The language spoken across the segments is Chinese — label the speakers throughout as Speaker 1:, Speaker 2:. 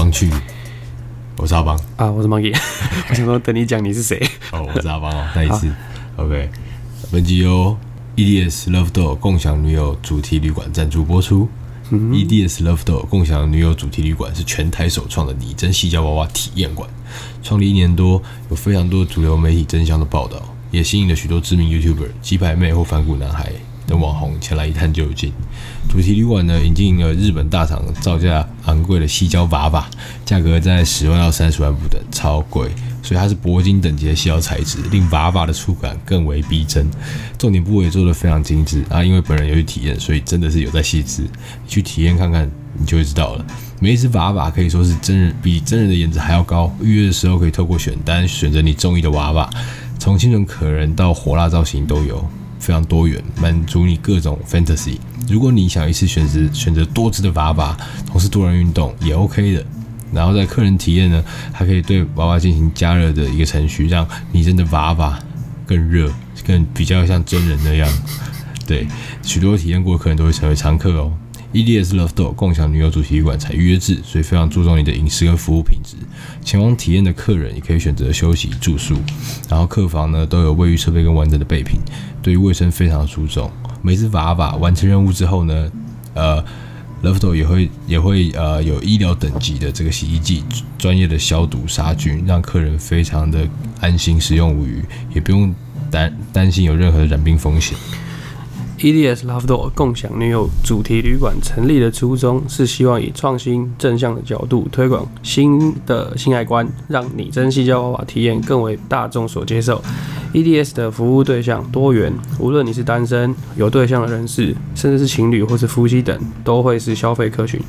Speaker 1: 上去。我是阿邦，
Speaker 2: 啊，我是 Monkey，我 想说等你讲你是谁。
Speaker 1: 哦，我是阿邦哦，再一次，OK。本集由 EDS Love Door 共享女友主题旅馆赞助播出。EDS 嗯 Love Door 共享女友主题旅馆是全台首创的拟真细胶娃娃体验馆，创立一年多，有非常多主流媒体争相的报道，也吸引了许多知名 YouTuber、鸡排妹或反骨男孩等网红前来一探究竟。主题旅馆呢，引进了日本大厂造价昂贵的细胶娃娃，价格在十万到三十万不等，超贵。所以它是铂金等级的细胶材质，令娃娃的触感更为逼真。重点部位也做得非常精致啊！因为本人有去体验，所以真的是有在细致。你去体验看看，你就会知道了。每一只娃娃可以说是真人比真人的颜值还要高。预约的时候可以透过选单选择你中意的娃娃，从清纯可人到火辣造型都有。非常多元，满足你各种 fantasy。如果你想一次选择选择多只的娃娃，同时多人运动也 OK 的。然后在客人体验呢，还可以对娃娃进行加热的一个程序，让拟真的娃娃更热，更比较像真人那样。对，许多体验过的客人都会成为常客哦。EDS Love Door 共享女友主题旅馆采预约制，所以非常注重你的饮食跟服务品质。前往体验的客人也可以选择休息住宿，然后客房呢都有卫浴设备跟完整的备品，对于卫生非常注重。每次娃娃完成任务之后呢，呃，Love Door 也会也会呃有医疗等级的这个洗衣剂，专业的消毒杀菌，让客人非常的安心食用无余，也不用担担心有任何的染病风险。
Speaker 2: EDS E Love Door 共享女友主题旅馆成立的初衷是希望以创新正向的角度推广新的性爱观，让拟真细胶娃娃体验更为大众所接受。EDS 的服务对象多元，无论你是单身、有对象的人士，甚至是情侣或是夫妻等，都会是消费客群。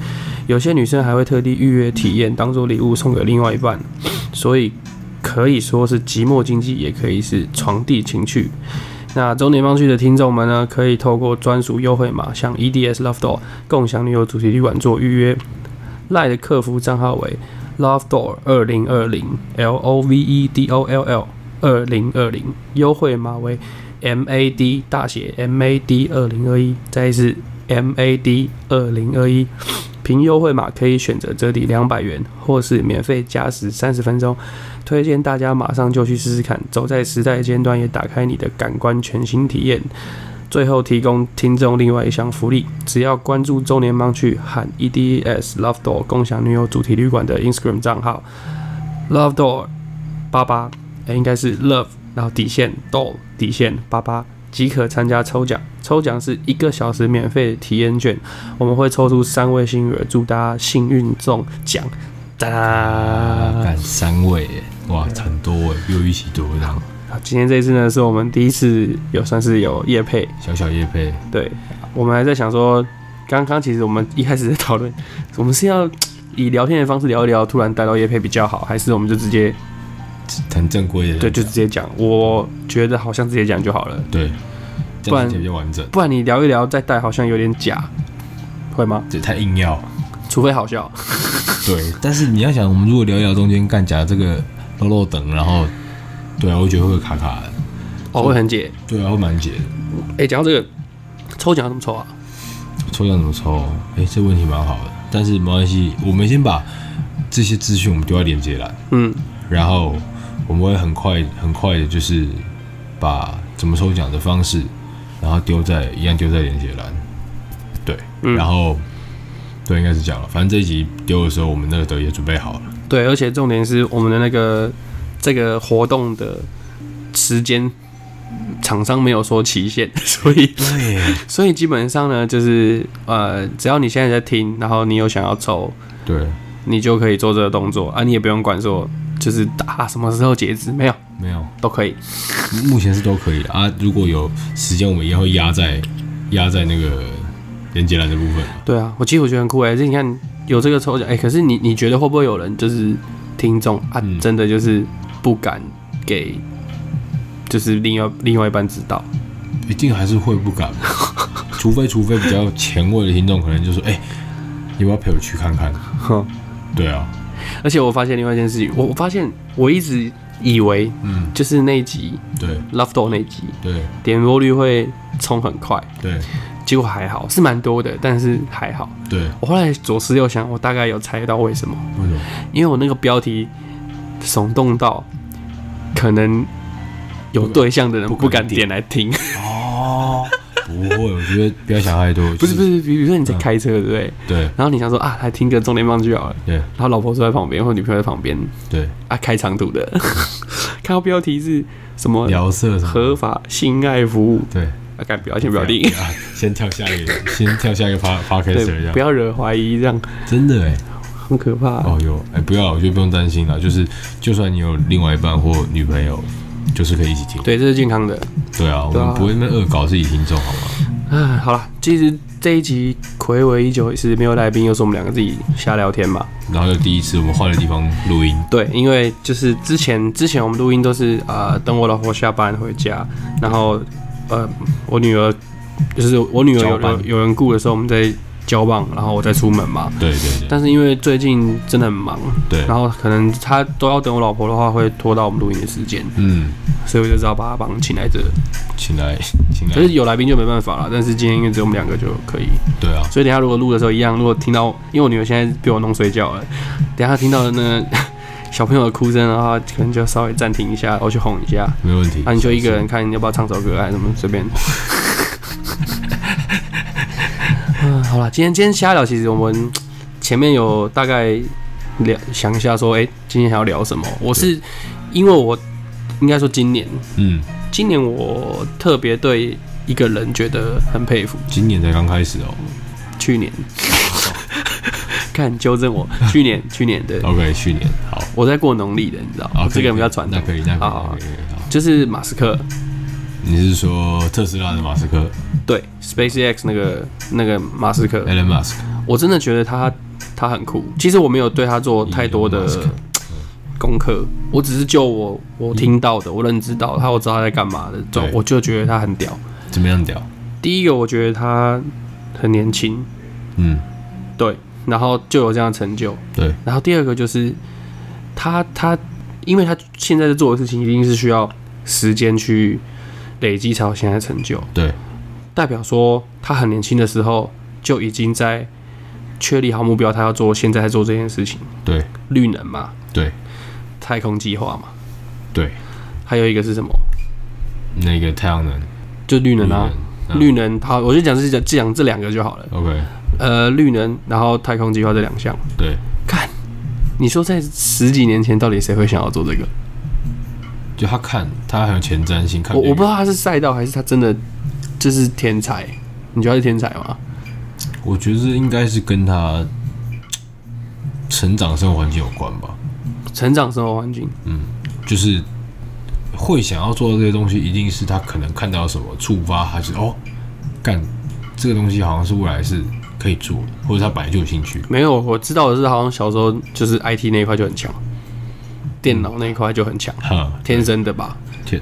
Speaker 2: 有些女生还会特地预约体验，当做礼物送给另外一半，所以可以说是寂寞经济，也可以是床地情趣。那中年帮区的听众们呢，可以透过专属优惠码向 EDS Love Door 共享旅游主题旅馆做预约。赖的客服账号为 Love Door 二零二零 L O V E D O L L 二零二零，优惠码为 M A D 大写 M A D 二零二一，再一次 M A D 二零二一。凭优惠码可以选择折抵两百元，或是免费加时三十分钟。推荐大家马上就去试试看，走在时代尖端，也打开你的感官全新体验。最后提供听众另外一项福利，只要关注周年帮去喊 EDS Love Door 共享女友主题旅馆的 Instagram 账号 Love Door 八八，哎，应该是 Love，然后底线 Door 底线八八，即可参加抽奖。抽奖是一个小时免费体验券，我们会抽出三位幸运儿，祝大家幸运中奖。哒
Speaker 1: 啊，
Speaker 2: 啦！
Speaker 1: 干三位耶，哇，
Speaker 2: 啊
Speaker 1: 很多哎，比我预期多这样。
Speaker 2: 好，今天这一次呢，是我们第一次有算是有夜配，
Speaker 1: 小小叶配，
Speaker 2: 对我们还在想说，刚刚其实我们一开始在讨论， 我们是要以聊天的方式聊一聊，突然带到夜配比较好，还是我们就直接
Speaker 1: 很正规的。
Speaker 2: 对就直接讲？我觉得好像直接讲就好了，
Speaker 1: 对，这
Speaker 2: 不
Speaker 1: 样听
Speaker 2: 然
Speaker 1: 起来比较完整。
Speaker 2: 不然你聊一聊再带好像有点假，会吗？
Speaker 1: 这太硬要。
Speaker 2: 除非好笑，
Speaker 1: 对，但是你要想，我们如果聊一聊中间干夹这个肉肉等，然后，对啊，我觉得会卡卡的。
Speaker 2: 哦，会很解。
Speaker 1: 对啊，会蛮解的。
Speaker 2: 哎、讲到这个抽奖要怎么抽啊？
Speaker 1: 抽奖怎么抽？哎、这问题蛮好的，但是没关系，我们先把这些资讯我们丢在连接栏，
Speaker 2: 嗯，
Speaker 1: 然后我们会很快很快的，就是把怎么抽奖的方式，然后丢在一样丢在连接栏，对，
Speaker 2: 嗯
Speaker 1: 然后对，应该是这样了。反正这一集丢的时候，我们那个都也准备好了。
Speaker 2: 对，而且重点是我们的那个这个活动的时间，厂商没有说期限， 所以
Speaker 1: 对，
Speaker 2: 所以基本上呢，就是呃，只要你现在在听，然后你有想要抽，
Speaker 1: 对，
Speaker 2: 你就可以做这个动作啊，你也不用管说就是打啊什么时候截止，没有
Speaker 1: 没有，
Speaker 2: 都可以。
Speaker 1: 目前是都可以的啊。如果有时间，我们也会压在压在那个连接栏的部分。
Speaker 2: 对啊，我其实我觉得很酷哎、欸，这你看有这个抽奖哎、可是你你觉得会不会有人就是听众啊，
Speaker 1: 嗯
Speaker 2: 真的就是不敢给，就是另外另外一半知道？
Speaker 1: 一定还是会不敢， 除非除非比较前卫的听众，可能就说，哎、你要不要陪我去看看？
Speaker 2: 哼，
Speaker 1: 对啊，
Speaker 2: 而且我发现另外一件事情，我我发现我一直以为
Speaker 1: 嗯，
Speaker 2: 就是那一集
Speaker 1: 对
Speaker 2: Love Door 那一集
Speaker 1: 对
Speaker 2: 点播率会冲很快。
Speaker 1: 对，
Speaker 2: 结果还好，是蛮多的，但是还好。
Speaker 1: 对，
Speaker 2: 我后来左思右想，我大概有猜到为什么，
Speaker 1: 为什么？
Speaker 2: 因为我那个标题耸动到，可能有对象的人
Speaker 1: 不敢
Speaker 2: 不敢点来听。
Speaker 1: 哦，不会，我觉得不要想太多。
Speaker 2: 不是不
Speaker 1: 是，
Speaker 2: 是，比如说你在开车，对不对？
Speaker 1: 对
Speaker 2: 然后你想说啊，来听个重点棒就好了。
Speaker 1: 对
Speaker 2: 然后老婆坐在旁边，或女朋友在旁边
Speaker 1: 对，
Speaker 2: 啊，开长途的， 看到标题是什么
Speaker 1: 聊色什么？
Speaker 2: 合法性爱服务，
Speaker 1: 对，
Speaker 2: 啊，干不要先不 要定，
Speaker 1: 啊，先跳下一 个，先跳下一个 pa p a r k e r 这
Speaker 2: 对，
Speaker 1: 样
Speaker 2: 不。要惹怀疑，这样
Speaker 1: 真的哎、
Speaker 2: 很可怕。
Speaker 1: 哦哟，哎、不要，我觉得不用担心啦。就是，就算你有另外一半或女朋友，就是可以一起听。
Speaker 2: 对，这是健康的。
Speaker 1: 对啊，我
Speaker 2: 对啊
Speaker 1: 们不会那么恶搞自己听众，好吗？
Speaker 2: 唉，好了，其实这一集暌违已久，也是没有来宾，又是我们两个自己瞎聊天嘛。
Speaker 1: 然后又第一次我们换了地方录音，
Speaker 2: 对，因为就是之前之前我们录音都是呃等我老婆下班回家，然后呃我女儿就是我女儿
Speaker 1: 交
Speaker 2: 有
Speaker 1: 棒
Speaker 2: 有有人顾的时候，我们在交棒，然后我再出门嘛。
Speaker 1: 对对对
Speaker 2: 但是因为最近真的很忙，
Speaker 1: 对，
Speaker 2: 然后可能她都要等我老婆的话，会拖到我们录音的时间，
Speaker 1: 嗯，
Speaker 2: 所以我就只好把她帮请来这。
Speaker 1: 请 来，请
Speaker 2: 可是
Speaker 1: 来，
Speaker 2: 有来宾就没办法了，但是今天因为只有我们两个就可以。
Speaker 1: 对啊，
Speaker 2: 所以等一下如果录的时候一样，如果听到，因为我女儿现在被我弄睡觉了，等一下听到那个 小朋友的哭声的话，可能就稍微暂停一下，我去哄一下。
Speaker 1: 没问题。
Speaker 2: 啊，你就一个人看，你要不要唱首歌还是啊什么？随便。 嗯，好了，今天今天瞎聊，其实我们前面有大概聊想一下说，哎、今天还要聊什么？我是因为我应该说今年，
Speaker 1: 嗯，
Speaker 2: 今年我特别对一个人觉得很佩服，
Speaker 1: 今年才刚开始哦、
Speaker 2: 去年， 看纠 正我，去年去年对，
Speaker 1: OK，去年好，
Speaker 2: 我在过农历的，你知道吗？
Speaker 1: 好，
Speaker 2: 这个比较传
Speaker 1: 那
Speaker 2: 统，
Speaker 1: 可以，那可以，
Speaker 2: 好好
Speaker 1: 那可以，好。
Speaker 2: 就是马斯克
Speaker 1: 你是说特斯拉的马斯克
Speaker 2: 对 SpaceX 那个那个马斯克，
Speaker 1: Elon Musk？
Speaker 2: 我真的觉得他他很酷。其实我没有对他做太多
Speaker 1: Elon Musk
Speaker 2: 的功课，我只是就我我听到的，我认知到他，我知道他在干嘛的，就
Speaker 1: 对
Speaker 2: 我就觉得他很屌。
Speaker 1: 怎么样屌？
Speaker 2: 第一个，我觉得他很年轻，
Speaker 1: 嗯，
Speaker 2: 对，然后就有这样的成就。
Speaker 1: 对，
Speaker 2: 然后第二个就是他他，因为他现在在做的事情一定是需要时间去累积才有现在的成就，
Speaker 1: 对，
Speaker 2: 代表说他很年轻的时候就已经在确立好目标，他要做现在在做这件事情，
Speaker 1: 对，
Speaker 2: 绿能嘛，
Speaker 1: 对，
Speaker 2: 太空计划嘛，
Speaker 1: 对，
Speaker 2: 还有一个是什么？
Speaker 1: 那个太阳能，
Speaker 2: 就绿能啊，
Speaker 1: 绿
Speaker 2: 绿能。好，我就讲这讲讲这两个就好了。
Speaker 1: ，OK，
Speaker 2: 呃，绿能，然后太空计划这两项，
Speaker 1: 对，
Speaker 2: 看，你说在十几年前，到底谁会想要做这个？
Speaker 1: 就他看，他很有前瞻性，看
Speaker 2: 我
Speaker 1: 别
Speaker 2: 我
Speaker 1: 人
Speaker 2: 不知道他是赛道还是他真的就是天才，你觉得他是天才吗？
Speaker 1: 我觉得应该是跟他成长生活环境有关吧，
Speaker 2: 成长生活环境，
Speaker 1: 就是会想要做到这些东西，一定是他可能看到什么触发，他是哦，干这个东西好像是未来是可以做的，或者他本来就有兴趣，
Speaker 2: 没有，我知道的是，好像小时候就是 IT 那一块就很强，电脑那一块就很强，
Speaker 1: 哈，
Speaker 2: 天生的吧。
Speaker 1: 天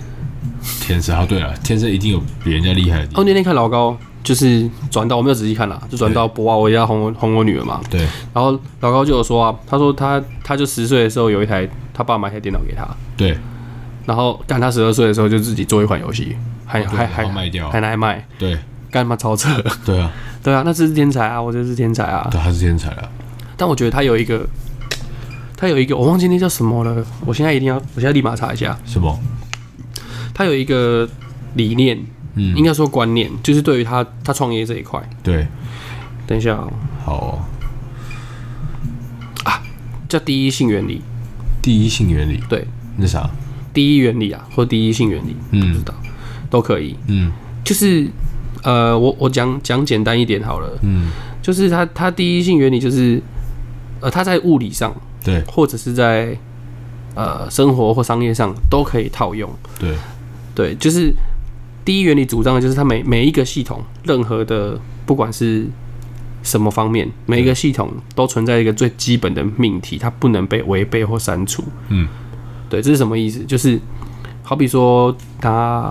Speaker 1: 天生啊，对了，天生一定有比人家厉害的地
Speaker 2: 哦，
Speaker 1: 方，
Speaker 2: 那天看老高就是转到，我没有仔细看啦，就转到博啊，我要哄我哄我女儿嘛。
Speaker 1: 对，
Speaker 2: 然后老高就有说啊，他说他他就十岁的时候有一台他爸买一台电脑给他，
Speaker 1: 对，
Speaker 2: 然后干他十二岁的时候就自己做一款游戏，还
Speaker 1: 哦对
Speaker 2: 还
Speaker 1: 然
Speaker 2: 还
Speaker 1: 后卖掉
Speaker 2: 还拿来卖，
Speaker 1: 对，
Speaker 2: 干他妈超扯。
Speaker 1: 对啊，
Speaker 2: 对啊，那这是天才啊，我这是天才啊。
Speaker 1: 对，他是天才啊，
Speaker 2: 但我觉得他有一个，他有一个，我忘记那叫什么了。我现在一定要，我现在立马查一下。
Speaker 1: 是不？
Speaker 2: 他有一个理念，
Speaker 1: 嗯
Speaker 2: 应该说观念，就是对于他他创业这一块。
Speaker 1: 对，
Speaker 2: 等一下、哦，
Speaker 1: 好、哦，
Speaker 2: 叫第一性原理，
Speaker 1: 第一性原理，
Speaker 2: 对，
Speaker 1: 那啥，
Speaker 2: 第一原理啊，或第一性原理，不知
Speaker 1: 嗯
Speaker 2: 道，都可以。
Speaker 1: 嗯
Speaker 2: 就是呃，我我讲讲简单一点好了，
Speaker 1: 嗯，
Speaker 2: 就是他他第一性原理就是，呃，他在物理上
Speaker 1: 对
Speaker 2: 或者是在呃生活或商业上都可以套用。
Speaker 1: 对，
Speaker 2: 对，就是第一原理主张的就是它每每一个系统，任何的不管是什么方面，每一个系统都存在一个最基本的命题，它不能被违背或删除。
Speaker 1: 嗯，
Speaker 2: 对，这是什么意思？就是好比说它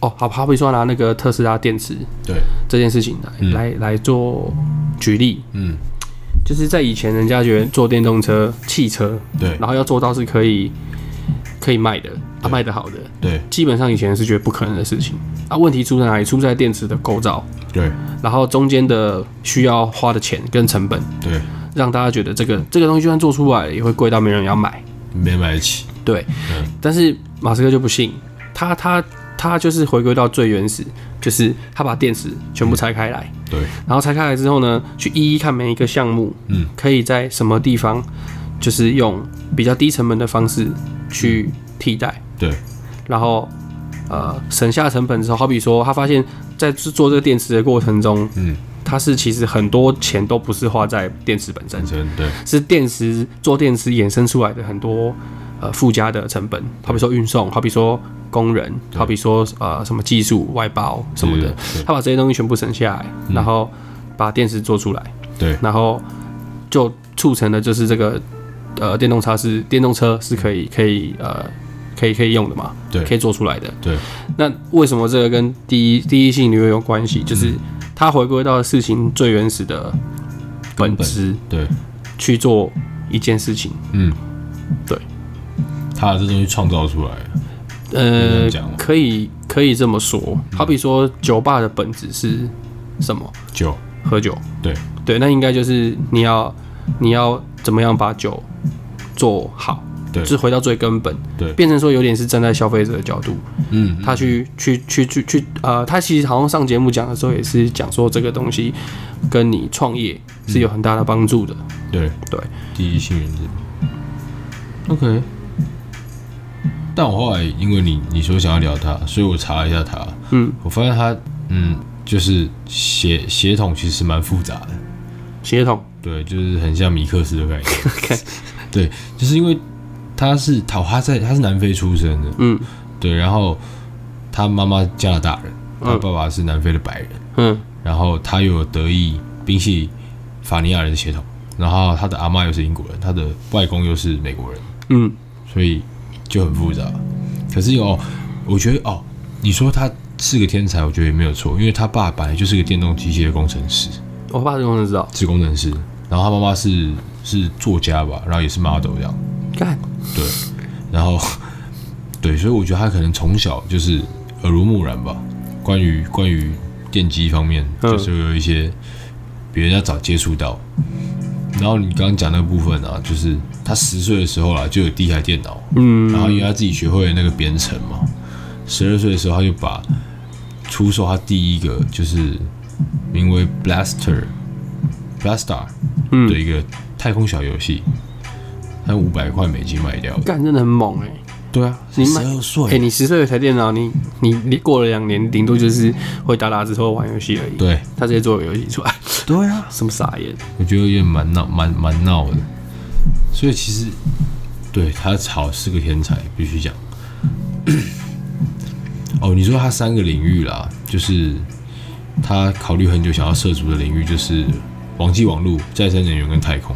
Speaker 2: 哦，好好比说拿那个特斯拉电池
Speaker 1: 对，
Speaker 2: 这件事情来、
Speaker 1: 嗯
Speaker 2: 来来做举例，
Speaker 1: 嗯
Speaker 2: 就是在以前人家觉得做电动车、汽车，
Speaker 1: 对
Speaker 2: 然后要做到是可以可以卖的，啊，卖得好的，
Speaker 1: 对
Speaker 2: 基本上以前是觉得不可能的事情。啊，问题出在哪里？出在电池的构造，
Speaker 1: 对
Speaker 2: 然后中间的需要花的钱跟成本，
Speaker 1: 对，
Speaker 2: 让大家觉得这个这个东西就算做出来也会贵到没人要买。
Speaker 1: 没买得起，
Speaker 2: 对，
Speaker 1: 嗯
Speaker 2: 但是马斯克就不信，他他他就是回归到最原始，就是他把电池全部拆开来，
Speaker 1: 对
Speaker 2: 然后拆开来之后呢，去一一看每一个项目，
Speaker 1: 嗯，
Speaker 2: 可以在什么地方，就是用比较低成本的方式去替代，
Speaker 1: 对
Speaker 2: 然后呃省下成本之后，好比说他发现，在制做这个电池的过程中，
Speaker 1: 嗯，
Speaker 2: 他是其实很多钱都不是花在电池本身
Speaker 1: 本，身对
Speaker 2: 是电池做电池衍生出来的很多呃附加的成本，好比说运送，好比说工人，好比说呃什么技术外包什么的
Speaker 1: 对，对嗯
Speaker 2: 他把这些东西全部省下来，然后把电池做出来，
Speaker 1: 对
Speaker 2: 然后就促成了就是这个呃电动车是电动车是可以可以呃可以可以用的嘛，
Speaker 1: 嗯对
Speaker 2: 可以做出来的。
Speaker 1: 对
Speaker 2: 那为什么这个跟第一第一性纽约有关系？
Speaker 1: 嗯
Speaker 2: 就是它回归到事情最原始的本
Speaker 1: 根本
Speaker 2: 质。
Speaker 1: 对，
Speaker 2: 去做一件事情。
Speaker 1: 嗯，
Speaker 2: 对，
Speaker 1: 他把这东西创造出来了，
Speaker 2: 呃
Speaker 1: 能这样讲吗，嗯
Speaker 2: 可以可以这么说。好比说，酒吧的本质是什么？
Speaker 1: 就
Speaker 2: 喝酒。
Speaker 1: 对
Speaker 2: 对，那应该就是你要你要怎么样把酒做好。
Speaker 1: 对
Speaker 2: 就是回到最根本，
Speaker 1: 对
Speaker 2: 变成说有点是站在消费者的角度，
Speaker 1: 嗯
Speaker 2: 他去去去去去，呃，他其实好像上节目讲的时候也是讲说这个东西跟你创业是有很大的帮助的，
Speaker 1: 对
Speaker 2: 对，
Speaker 1: 第一性原子。OK，但我后来因为你你说想要聊他，所以我查了一下他，
Speaker 2: 嗯，
Speaker 1: 我发现他嗯就是血血统其实蛮复杂的，
Speaker 2: 协同，
Speaker 1: 对，就是很像米克斯的概念。
Speaker 2: OK
Speaker 1: 对，就是因为他是他他在他是南非出生的，
Speaker 2: 嗯
Speaker 1: 对，然后他妈妈加拿大人，他
Speaker 2: 嗯
Speaker 1: 爸爸是南非的白人，
Speaker 2: 嗯
Speaker 1: 然后他又有德裔、宾夕法尼亚人的血统，然后他的阿妈又是英国人，他的外公又是美国人，
Speaker 2: 嗯
Speaker 1: 所以就很复杂。可是哦，我觉得哦，你说他是个天才，我觉得也没有错，因为他爸本来就是个电动机械工程师，
Speaker 2: 我爸这种人知道，
Speaker 1: 是工程师，然后他妈妈是是作家吧，然后也是 model 这样，
Speaker 2: 干，
Speaker 1: 对，然后 对，所以我觉得他可能从小就是耳濡目染吧，关于关于电机方面，
Speaker 2: 嗯
Speaker 1: 就是有一些比人家早接触到。然后你刚刚讲那个部分啊，就是他十岁的时候啦，啊就有第一台电脑，
Speaker 2: 嗯，
Speaker 1: 然后因为他自己学会了那个编程嘛，十二岁的时候他就把出售他第一个就是名为 Blaster Blaster
Speaker 2: 嗯
Speaker 1: 的一个太空小游戏，他五百块美金卖掉的。
Speaker 2: 干真的很猛哎、
Speaker 1: 对啊，
Speaker 2: 你
Speaker 1: 十
Speaker 2: 买
Speaker 1: 二
Speaker 2: 哎、
Speaker 1: 岁，
Speaker 2: 你十岁有台电脑，你你你过了两年，顶多就是会打打字或玩游戏而已。，
Speaker 1: 对
Speaker 2: 他直接做游戏出来，
Speaker 1: 对啊，
Speaker 2: 什么傻眼？
Speaker 1: 我觉得有点蛮闹，蛮蛮闹的。所以其实对他好是个天才，必须讲。 哦，你说他三个领域啦，就是他考虑很久想要涉足的领域，就是网际网络、再生能源跟太空。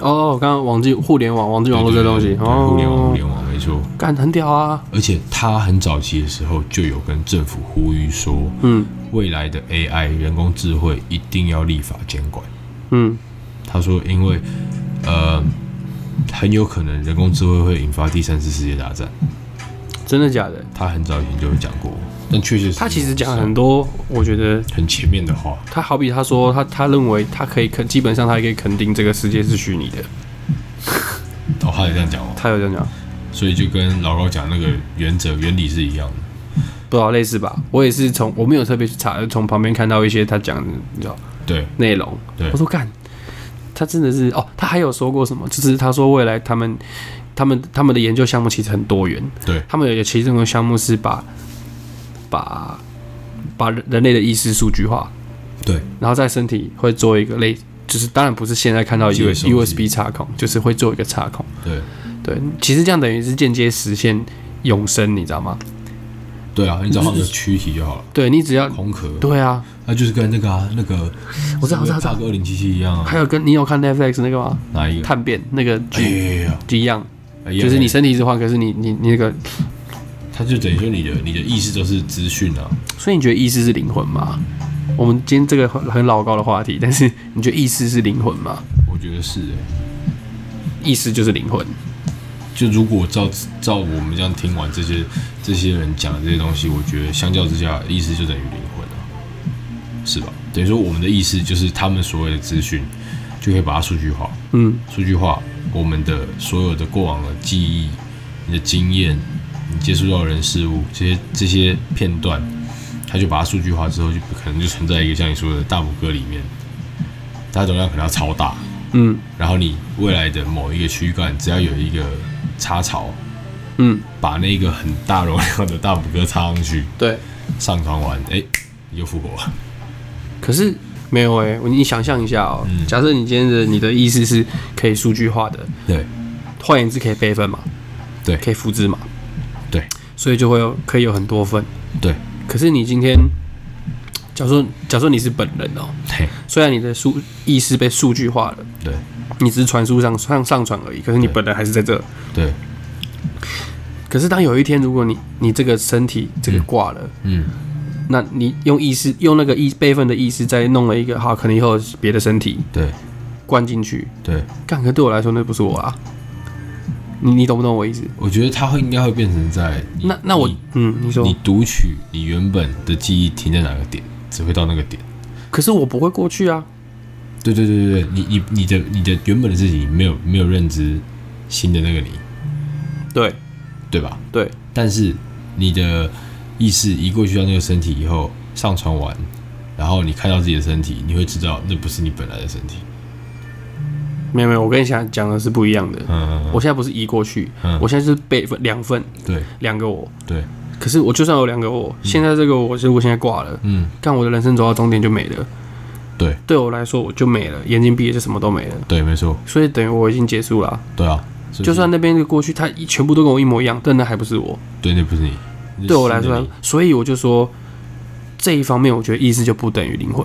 Speaker 2: 哦，刚刚网际互联网、网际网络
Speaker 1: 对
Speaker 2: 这
Speaker 1: 对
Speaker 2: 东西，
Speaker 1: 对嗯对
Speaker 2: 哦，
Speaker 1: 互联网，互联网没错。
Speaker 2: 干很屌啊！
Speaker 1: 而且他很早期的时候就有跟政府呼吁说，
Speaker 2: 嗯
Speaker 1: 未来的 AI 人工智慧一定要立法监管。
Speaker 2: 嗯
Speaker 1: 他说，因为呃，很有可能人工智慧会引发第三次世界大战。
Speaker 2: 真的假的？
Speaker 1: 他很早以前就有讲过，但确实是
Speaker 2: 他其实讲了很多，我觉得
Speaker 1: 很前面的话，
Speaker 2: 他好比他说他他认为他可以肯，基本上他也可以肯定这个世界是虚拟的，
Speaker 1: 哦，他也这样讲哦，
Speaker 2: 他有这样讲，
Speaker 1: 所以就跟老高讲那个原则原理是一样的。
Speaker 2: 不知道类似吧？我也是从我没有特别去查，从旁边看到一些他讲的，你知道。
Speaker 1: 对
Speaker 2: 内容
Speaker 1: 对。
Speaker 2: 我说干，他真的是哦，他还有说过什么？就是他说未来他们、他们、他们的研究项目其实很多元。
Speaker 1: 对
Speaker 2: 他们有其中一个项目是把把把人人类的意识数据化，
Speaker 1: 对
Speaker 2: 然后在身体会做一个类，就是当然不是现在看到
Speaker 1: 记忆
Speaker 2: U
Speaker 1: 手机
Speaker 2: USB 插孔，就是会做一个插孔。
Speaker 1: 对
Speaker 2: 对，其实这样等于是间接实现永生，你知道吗？
Speaker 1: 对啊，你只要放个躯体就好了，
Speaker 2: 对你只要
Speaker 1: 空壳。
Speaker 2: 对啊，
Speaker 1: 那就是跟那个啊那个
Speaker 2: 我知道，我知道我知
Speaker 1: 帕
Speaker 2: 道。
Speaker 1: 克二零七七一样啊，
Speaker 2: 还有跟你有看 Netflix 那个吗？
Speaker 1: 哪一个？
Speaker 2: 探变那个
Speaker 1: 哎
Speaker 2: 剧
Speaker 1: 呀
Speaker 2: 一样，
Speaker 1: 哎呀，
Speaker 2: 就是你身体一直换，可是你你你那个，
Speaker 1: 他就等于说你的你的意识都是资讯啊，
Speaker 2: 所以你觉得意识是灵魂吗？我们今天这个很很老高的话题，但是你觉得意识是灵魂吗？
Speaker 1: 欸我觉得是哎、
Speaker 2: 意识就是灵魂，
Speaker 1: 就如果照照我们这样听完这些这些人讲的这些东西，我觉得相较之下，意识就等于灵魂了，是吧？等于说我们的意识就是他们所谓的资讯，就可以把它数据化，
Speaker 2: 嗯，
Speaker 1: 数据化我们的所有的过往的记忆、你的经验、你接触到的人事物这些这些片段，它就把它数据化之后，就可能就存在一个像你说的大拇哥里面，它容量可能要超大，
Speaker 2: 嗯
Speaker 1: 然后你未来的某一个躯干，只要有一个插槽，
Speaker 2: 嗯，
Speaker 1: 把那个很大容量的大拇哥插上去，
Speaker 2: 对。
Speaker 1: 上传完，哎、你就复活 了。
Speaker 2: 可是没有哎、你想象一下哦、
Speaker 1: 嗯
Speaker 2: 假设你今天的你的意思是可以数据化的，
Speaker 1: 对
Speaker 2: 换言之可以备份嘛，
Speaker 1: 对
Speaker 2: 可以复制嘛，
Speaker 1: 对
Speaker 2: 所以就会有可以有很多份。
Speaker 1: 对，
Speaker 2: 可是你今天，假如说假如说你是本人哦、
Speaker 1: 嘿，
Speaker 2: 虽然你的数意识被数据化了，
Speaker 1: 对
Speaker 2: 你只是传输上上上传而已，可是你
Speaker 1: 对
Speaker 2: 本人还是在这。
Speaker 1: 对，
Speaker 2: 可是当有一天如果你你这个身体这个挂了，
Speaker 1: 嗯，
Speaker 2: 那你用意识用那个意备份的意识再弄了一个，好，可能以后是别的身体
Speaker 1: 对
Speaker 2: 灌进去，
Speaker 1: 对，
Speaker 2: 干，可对我来说那不是我啊。你你懂不懂我意思？
Speaker 1: 我觉得它会应该会变成在你
Speaker 2: 那那我
Speaker 1: 你
Speaker 2: 嗯，你说
Speaker 1: 你，读取你原本的记忆停在哪个点，只会到那个点。
Speaker 2: 可是我不会过去啊。
Speaker 1: 对对对对对，你你你的你的原本的自己没有没有认知新的那个你，
Speaker 2: 对
Speaker 1: 对吧？
Speaker 2: 对，
Speaker 1: 但是你的意识移过去到那个身体以后，上传完，然后你看到自己的身体，你会知道那不是你本来的身体。
Speaker 2: 没有没有，我跟你想讲的是不一样的。
Speaker 1: 嗯，
Speaker 2: 我现在不是移过去，
Speaker 1: 嗯
Speaker 2: 我现在是备份两份，
Speaker 1: 对
Speaker 2: 两个我。
Speaker 1: 对，
Speaker 2: 可是我就算有两个我，现在这个我是我现在挂了，
Speaker 1: 嗯
Speaker 2: 干我的人生走到终点就没了。
Speaker 1: 对
Speaker 2: 对我来说，我就没了，眼睛闭着就什么都没了，
Speaker 1: 对，没错，
Speaker 2: 所以等于我已经结束了啊、
Speaker 1: 对啊，所以
Speaker 2: 就算那边的过去，他一全部都跟我一模一样，但那还不是我。
Speaker 1: 对那不是你，那是
Speaker 2: 对我来
Speaker 1: 新的
Speaker 2: 说啊
Speaker 1: 你，
Speaker 2: 所以我就说这一方面，我觉得意识就不等于灵魂，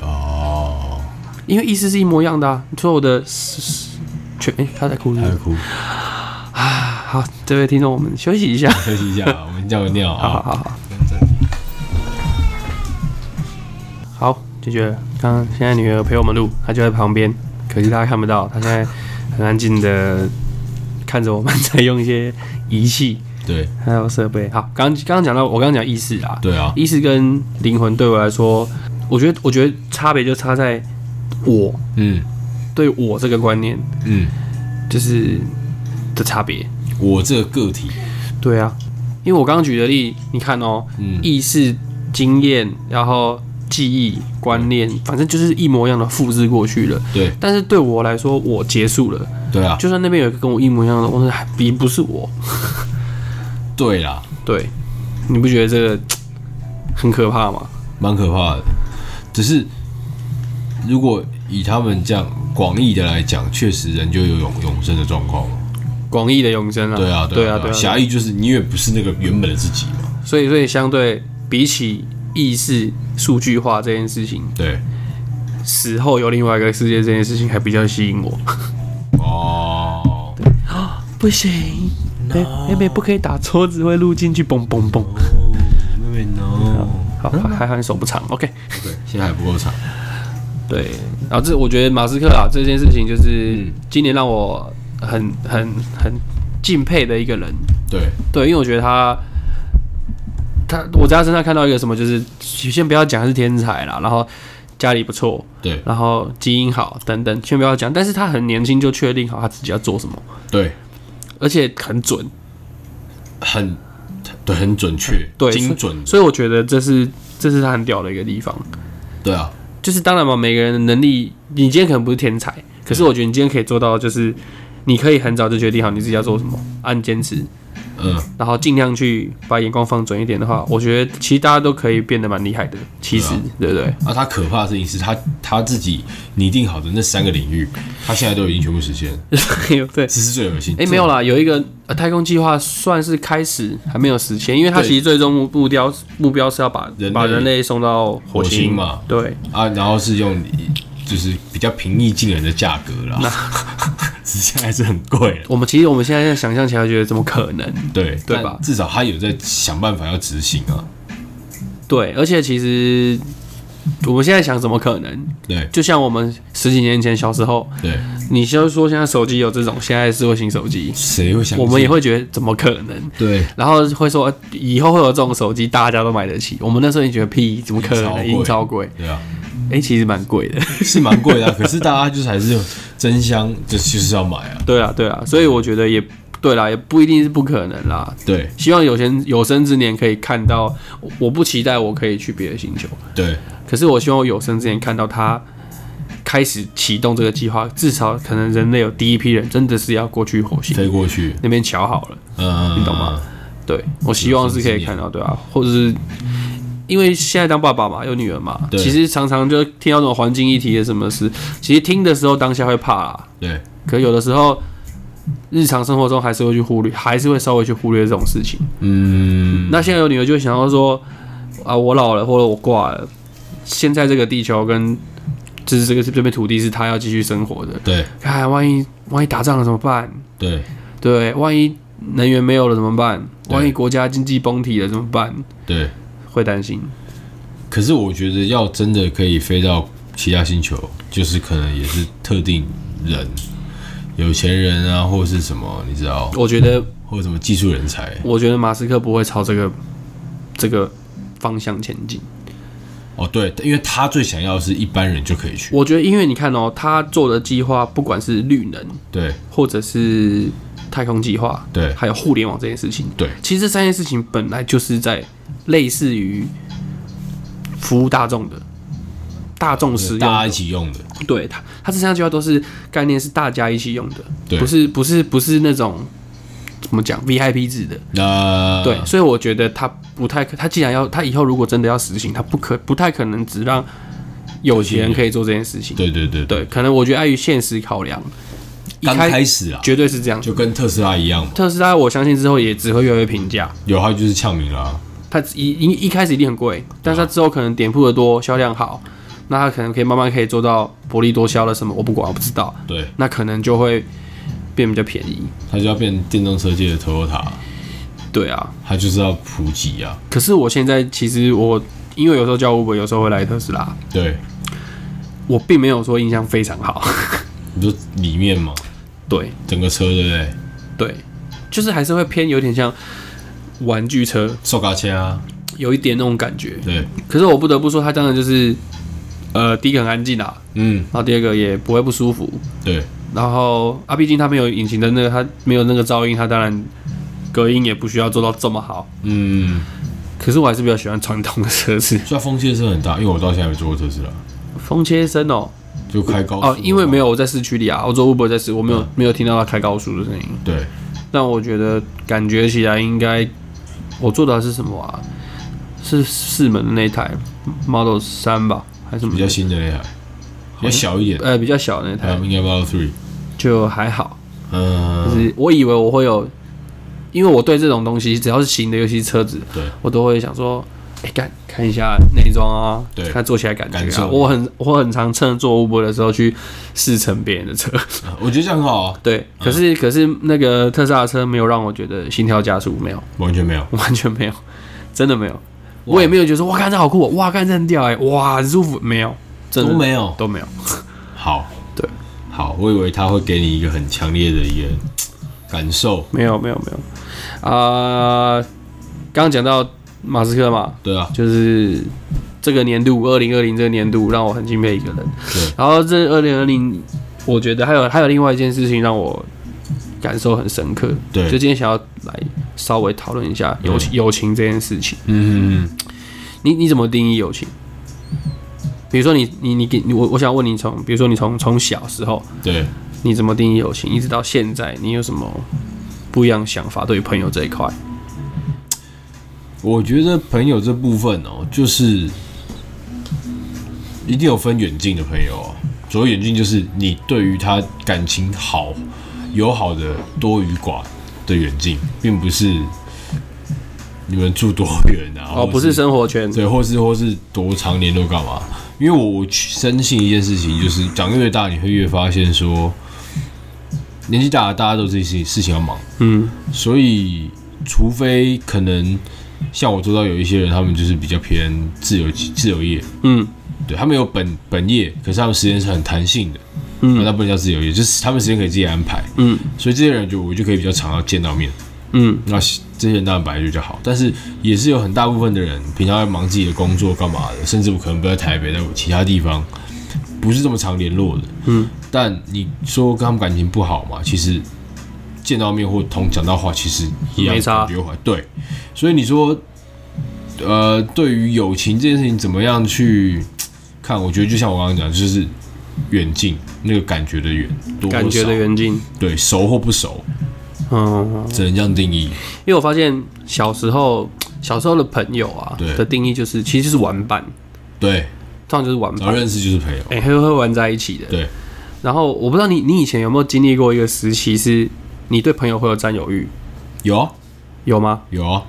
Speaker 1: 哦，
Speaker 2: 因为意识是一模一样的啊。所有的是是全哎、他在哭是不
Speaker 1: 还
Speaker 2: 是
Speaker 1: 会哭，
Speaker 2: 啊。好，这位听众，我们休息一下。
Speaker 1: 休息一下啊，我们尿个尿
Speaker 2: 好好
Speaker 1: 啊，
Speaker 2: 好好
Speaker 1: 跟暂停
Speaker 2: 好，解决了。刚刚现在女儿陪我们录，她就在旁边，可惜大家看不到，她现在很安静的看着我们在用一些仪器
Speaker 1: 对
Speaker 2: 还有设备。 好，刚刚刚讲到，我刚刚讲意识啊，
Speaker 1: 对啊，
Speaker 2: 意识跟灵魂对我来说，我觉得我觉得差别就差在我
Speaker 1: 嗯
Speaker 2: 对我这个观念
Speaker 1: 嗯，
Speaker 2: 就是的差别。
Speaker 1: 我这个个体，
Speaker 2: 对啊，因为我刚刚举的例，你看哦，
Speaker 1: 嗯
Speaker 2: 意识、经验，然后记忆、观念，反正就是一模一样的复制过去了。
Speaker 1: 对
Speaker 2: 但是对我来说，我结束了。
Speaker 1: 对啊，
Speaker 2: 就算那边有一个跟我一模一样的，我说还比不是我。
Speaker 1: 对啦，
Speaker 2: 对，你不觉得这个很可怕吗？
Speaker 1: 蛮可怕的。只是如果以他们这样广义的来讲，确实人就有永永生的状况了。
Speaker 2: 广义的永生啊，
Speaker 1: 对啊，
Speaker 2: 对
Speaker 1: 啊，
Speaker 2: 对啊，
Speaker 1: 狭义就是你也不是那个原本的自己嘛。
Speaker 2: 所以所以相对比起意识数据化这件事情，
Speaker 1: 对，
Speaker 2: 死后有另外一个世界这件事情还比较吸引我。
Speaker 1: 哦，
Speaker 2: 不行，妹妹妹不可以打桌子，会录进去，嘣嘣嘣。
Speaker 1: 妹妹 no，
Speaker 2: 好，还还手不长，OK。
Speaker 1: 对，现在还不够长。
Speaker 2: 对，然后这我觉得马斯克啊这件事情，就是今年让我很很很敬佩的一个人。
Speaker 1: 对，
Speaker 2: 对，因为我觉得他。他，我在他身上看到一个什么，就是先不要讲他是天才啦，然后家里不错，
Speaker 1: 对，
Speaker 2: 然后基因好等等，先不要讲。但是他很年轻就确定好他自己要做什么，
Speaker 1: 对，
Speaker 2: 而且很准，
Speaker 1: 很，对，很准确，
Speaker 2: 嗯对，
Speaker 1: 精准。
Speaker 2: 所以我觉得这是这是他很屌的一个地方。
Speaker 1: 对啊，
Speaker 2: 就是当然嘛，每个人的能力，你今天可能不是天才，可是
Speaker 1: 嗯
Speaker 2: 我觉得你今天可以做到，就是你可以很早就决定好你自己要做什么，按坚持，
Speaker 1: 嗯，
Speaker 2: 然后尽量去把眼光放准一点的话，我觉得其实大家都可以变得蛮厉害的。其实，对不对？
Speaker 1: 啊，他可怕的事情是他他自己拟定好的那三个领域，他现在都已经全部实现了，
Speaker 2: 对。
Speaker 1: 这是最恶心。
Speaker 2: 哎、没有啦，有一个、呃、太空计划算是开始，还没有实现，因为它
Speaker 1: 对
Speaker 2: 其实最终目目标目标是要把
Speaker 1: 人类
Speaker 2: 把人类送到火
Speaker 1: 火星嘛
Speaker 2: 对，
Speaker 1: 啊，然后是用就是比较平易近人的价格啦， 只是现在还是很贵了，
Speaker 2: 我们其实我们现在想象起来觉得怎么可能？
Speaker 1: 对
Speaker 2: 对吧
Speaker 1: 但至少他有在想办法要执行啊，
Speaker 2: 对，而且其实我们现在想怎么可能？
Speaker 1: 对
Speaker 2: 就像我们十几年前小时候，
Speaker 1: 对，
Speaker 2: 你就说现在手机有这种现在智慧型手机，
Speaker 1: 谁会想？
Speaker 2: 我们也会觉得怎么可能？
Speaker 1: 对，
Speaker 2: 然后会说呃以后会有这种手机，大家都买得起。我们那时候也觉得屁，怎么可
Speaker 1: 超
Speaker 2: 能？
Speaker 1: 贵
Speaker 2: 已经超贵，
Speaker 1: 对啊，
Speaker 2: 哎、其实蛮贵的。
Speaker 1: 是蛮贵的啊、 可是大家就是还是争相，就就是要买啊。
Speaker 2: 对啊，对啊，所以我觉得也对啦，也不一定是不可能啦。
Speaker 1: 对
Speaker 2: 希望有生有生之年可以看到，我我不期待我可以去别的星球，
Speaker 1: 对
Speaker 2: 可是我希望我有生之年看到他开始启动这个计划，至少可能人类有第一批人真的是要过去火星
Speaker 1: 飞过去，
Speaker 2: 那边瞧好了。
Speaker 1: 嗯，
Speaker 2: 你懂吗？对我希望是可
Speaker 1: 有生
Speaker 2: 以
Speaker 1: 之年
Speaker 2: 看到，对啊，或者是因为现在当爸爸嘛，有女儿嘛，
Speaker 1: 对
Speaker 2: 其实常常就听到这种环境议题的什么事，其实听的时候当下会怕啦，
Speaker 1: 对
Speaker 2: 可有的时候日常生活中还是会去忽略，还是会稍微去忽略这种事情。
Speaker 1: 嗯，
Speaker 2: 那现在有女儿就会想要说啊，我老了或者我挂了，现在这个地球跟就是这个这片土地是她要继续生活的，
Speaker 1: 对
Speaker 2: 看万一万一打仗了怎么办？
Speaker 1: 对
Speaker 2: 对，万一能源没有了怎么办？
Speaker 1: 对
Speaker 2: 万一国家经济崩体了怎么办？
Speaker 1: 对。
Speaker 2: 会担心。
Speaker 1: 可是我觉得要真的可以飞到其他星球，就是可能也是特定人，有钱人啊，或是什么，你知道，
Speaker 2: 我觉得，
Speaker 1: 或什么技术人才。
Speaker 2: 我觉得马斯克不会朝这个这个方向前进。
Speaker 1: 哦，对，因为他最想要的是一般人就可以去。
Speaker 2: 我觉得，因为你看哦，他做的计划，不管是绿能，
Speaker 1: 对
Speaker 2: 或者是太空计划，
Speaker 1: 对
Speaker 2: 还有互联网这件事情，
Speaker 1: 对
Speaker 2: 其实这三件事情本来就是在类似于服务大众的。大众使用的，
Speaker 1: 大家一起用的。
Speaker 2: 对它，它这三句话都是概念，是大家一起用的，
Speaker 1: 对
Speaker 2: 不是不是不是那种怎么讲 VIP 制的，
Speaker 1: 那
Speaker 2: 对，所以我觉得它不太可，它既然要它以后如果真的要实行，它不可不太可能只让有钱人可以做这件事情，
Speaker 1: 对对对，
Speaker 2: 对，可能我觉得碍于现实考量，一
Speaker 1: 刚开始啊，
Speaker 2: 绝对是这样。
Speaker 1: 就跟特斯拉一样嘛，
Speaker 2: 特斯拉我相信之后也只会越来越平价，
Speaker 1: 有它就是呛名啦、
Speaker 2: 它一一一开始一定很贵，但是它之后可能店铺的多，销量好，那它可能可以慢慢可以做到薄利多销了什么，我不管，我不知道。
Speaker 1: 对，
Speaker 2: 那可能就会变比较便宜。
Speaker 1: 它就要变电动车界的 Toyota，
Speaker 2: 对啊，
Speaker 1: 它就是要普及啊。
Speaker 2: 可是我现在其实我因为有时候叫 Uber，有时候会来特斯拉，
Speaker 1: 对，
Speaker 2: 我并没有说印象非常好。
Speaker 1: 你说里面嘛，
Speaker 2: 对
Speaker 1: 整个车对不对？
Speaker 2: 对，就是还是会偏有点像玩具车，
Speaker 1: 手嘎车啊，
Speaker 2: 有一点那种感觉。
Speaker 1: 对，
Speaker 2: 可是我不得不说，它当然就是呃，第一个很安静啊，
Speaker 1: 嗯，
Speaker 2: 然后第二个也不会不舒服，
Speaker 1: 对
Speaker 2: 然后啊，毕竟它没有引擎的那个，它没有那个噪音，它当然隔音也不需要做到这么好。
Speaker 1: 嗯，
Speaker 2: 可是我还是比较喜欢传统的车子，
Speaker 1: 虽然风切声很大，因为我到现在没坐过特斯拉，
Speaker 2: 风切声哦、
Speaker 1: 就开高速
Speaker 2: 哦，因为没
Speaker 1: 有
Speaker 2: 有我在市区里啊，我做 Uber 在市，我没有、没有听到他开高速的声音。
Speaker 1: 对
Speaker 2: 但我觉得感觉起来应该，我坐的是什么啊？是四门的那台 Model 三吧，还是什么
Speaker 1: 比？较嗯新的那台，比较小一点，
Speaker 2: 呃，比较小的那
Speaker 1: 还
Speaker 2: 台
Speaker 1: 有应该 Model Three，
Speaker 2: 就还好。就
Speaker 1: 嗯，
Speaker 2: 是我以为我会有，因为我对这种东西只要是新的，尤其是车子，
Speaker 1: 对
Speaker 2: 我都会想说，哎、看看一下内装啊，
Speaker 1: 对
Speaker 2: 看坐起来感觉
Speaker 1: 感
Speaker 2: 啊。
Speaker 1: 受
Speaker 2: 我很我很常趁坐 Uber 的时候去试乘别人的车。
Speaker 1: 我觉得这样很好啊，
Speaker 2: 对，可是、可是那个特斯拉的车没有让我觉得心跳加速，没有，
Speaker 1: 完全没有，
Speaker 2: 完全没有，真的没有。我也没有觉得说哇，看这好酷、哦，哇，看这很屌哎、哇，很舒服，没有，真的
Speaker 1: 都没有，
Speaker 2: 都没有。
Speaker 1: 好，
Speaker 2: 对，
Speaker 1: 好，我以为他会给你一个很强烈的一个感受，
Speaker 2: 没有，没有，没有。啊、刚刚讲到马斯克嘛，
Speaker 1: 对啊，
Speaker 2: 就是这个年度，二零二零这个年度让我很敬佩一个人。
Speaker 1: 对，
Speaker 2: 然后这二零二零，我觉得还有还有另外一件事情让我感受很深刻，
Speaker 1: 对
Speaker 2: 就今天想要来稍微讨论一下友情友情这件事情。
Speaker 1: 嗯，
Speaker 2: 你你怎么定义友情？比如说你你你给你我我想问你从比如说你从从小时候
Speaker 1: 对，
Speaker 2: 你怎么定义友情，一直到现在你有什么不一样的想法对于朋友这一块？
Speaker 1: 我觉得朋友这部分哦，就是一定有分远近的朋友哦。所谓远近，就是你对于他感情好、友好的多与寡的远近，并不是你们住多远啊，
Speaker 2: 哦，
Speaker 1: 或
Speaker 2: 不是生活圈，
Speaker 1: 对，或是或是多常联络干嘛？因为我我深信一件事情，就是长越大，你会越发现说，年纪大了，大家都有自己事情事情要忙，
Speaker 2: 嗯，
Speaker 1: 所以，除非可能像我周遭有一些人，他们就是比较偏自由自由业，
Speaker 2: 嗯，
Speaker 1: 对他们有本本业，可是他们时间是很弹性的，嗯，那不能叫自由业，就是他们时间可以自己安排，
Speaker 2: 嗯，
Speaker 1: 所以这些人就我就可以比较常要见到面，
Speaker 2: 嗯，
Speaker 1: 那这些人当然本来就比较好，但是也是有很大部分的人平常在忙自己的工作干嘛的，甚至我可能不在台北，在其他地方，不是这么常联络的，
Speaker 2: 嗯，
Speaker 1: 但你说跟他们感情不好嘛，其实见到面或同讲到话，其实一样
Speaker 2: 没差
Speaker 1: 感觉会对，所以你说，呃，对于友情这件事情怎么样去看？我觉得就像我刚刚讲，就是远近那个感觉的远，多或
Speaker 2: 感觉
Speaker 1: 少
Speaker 2: 的远近，
Speaker 1: 对熟或不熟，
Speaker 2: 嗯，
Speaker 1: 只能这样定义。
Speaker 2: 因为我发现小时候小时候的朋友啊
Speaker 1: 对
Speaker 2: 的定义就是，其实就是玩伴，
Speaker 1: 对，
Speaker 2: 通常就是玩
Speaker 1: 然后
Speaker 2: 伴，
Speaker 1: 认识就是朋友。
Speaker 2: 哎、会会玩在一起的。
Speaker 1: 对，
Speaker 2: 然后我不知道你你以前有没有经历过一个时期，是你对朋友会有占有欲，
Speaker 1: 有啊
Speaker 2: 有吗？
Speaker 1: 有啊，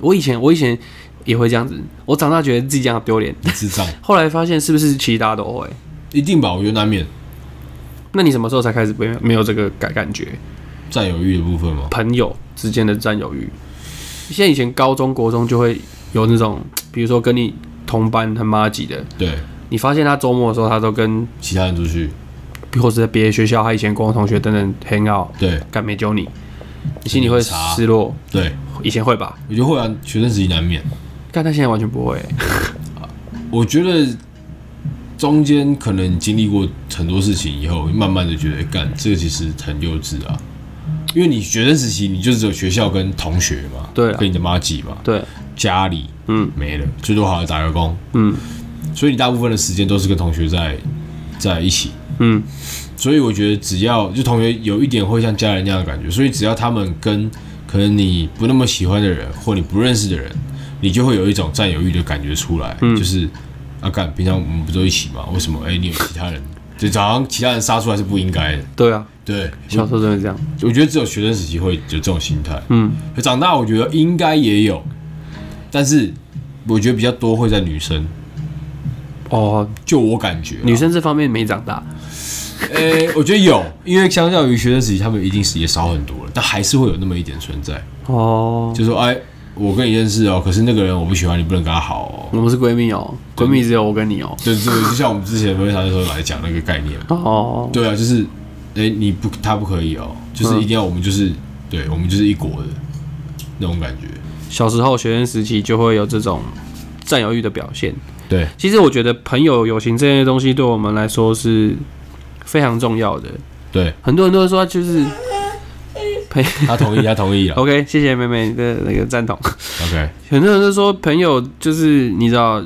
Speaker 2: 我以前我以前也会这样子，我长大觉得自己这样很丢脸，
Speaker 1: 你智障
Speaker 2: 后来发现是不是其实大家都会？
Speaker 1: 一定吧？我觉得难免
Speaker 2: 那你什么时候才开始没有没有这个感感觉？
Speaker 1: 占有欲的部分嘛。
Speaker 2: 朋友之间的占有欲，现在以前高中国中就会有那种，比如说跟你同班很妈级的，
Speaker 1: 对，
Speaker 2: 你发现他周末的时候他都跟，
Speaker 1: 其他人出去，
Speaker 2: 或是在别的学校他以前高中同学等等 hang out，
Speaker 1: 对
Speaker 2: 干没揪你，你心里会失落，
Speaker 1: 对，
Speaker 2: 以前会吧？
Speaker 1: 我觉得会啊，学生时期难免。
Speaker 2: 但他现在完全不会、
Speaker 1: 我觉得中间可能经历过很多事情以后，慢慢的觉得，哎干这个其实很幼稚啊。因为你学生时期，你就只有学校跟同学嘛，
Speaker 2: 对啊
Speaker 1: 跟你的妈几嘛，
Speaker 2: 对，
Speaker 1: 家里
Speaker 2: 嗯
Speaker 1: 没了，最多好像打个工，
Speaker 2: 嗯
Speaker 1: 所以你大部分的时间都是跟同学在在一起。
Speaker 2: 嗯，
Speaker 1: 所以我觉得只要就同学有一点会像家人那样的感觉，所以只要他们跟可能你不那么喜欢的人或你不认识的人，你就会有一种占有欲的感觉出来，
Speaker 2: 嗯
Speaker 1: 就是啊干，平常我们不都一起嘛，为什么哎、你有其他人？就早上其他人杀出来是不应该的，
Speaker 2: 对啊，
Speaker 1: 对，
Speaker 2: 小时候真的这样，
Speaker 1: 我觉得只有学生时期会有这种心态，
Speaker 2: 嗯，
Speaker 1: 可长大我觉得应该也有，但是我觉得比较多会在女生，
Speaker 2: 哦，
Speaker 1: 就我感觉啦啊
Speaker 2: 女生这方面没长大，
Speaker 1: 诶、我觉得有，因为相较于学生时期，他们一定是也少很多了，但还是会有那么一点存在，
Speaker 2: 哦，
Speaker 1: 就说哎，我跟你认识哦，可是那个人我不喜欢，你不能跟他好哦。
Speaker 2: 我们是闺蜜哦，闺蜜只有我跟你哦，
Speaker 1: 就是就像我们之前分享的时候来讲那个概念，
Speaker 2: 哦，
Speaker 1: 对啊，就是哎、你不他不可以哦，
Speaker 2: 嗯
Speaker 1: 就是一定要我们就是对我们就是一国的那种感觉，
Speaker 2: 小时候学生时期就会有这种占有欲的表现。
Speaker 1: 对
Speaker 2: 其实我觉得朋友、友情这些东西对我们来说是非常重要的。
Speaker 1: 对，
Speaker 2: 很多人都会说，就是
Speaker 1: 他同意，他同意了
Speaker 2: OK，谢谢妹妹的那个赞同。
Speaker 1: ，OK，
Speaker 2: 很多人都说，朋友就是你知道，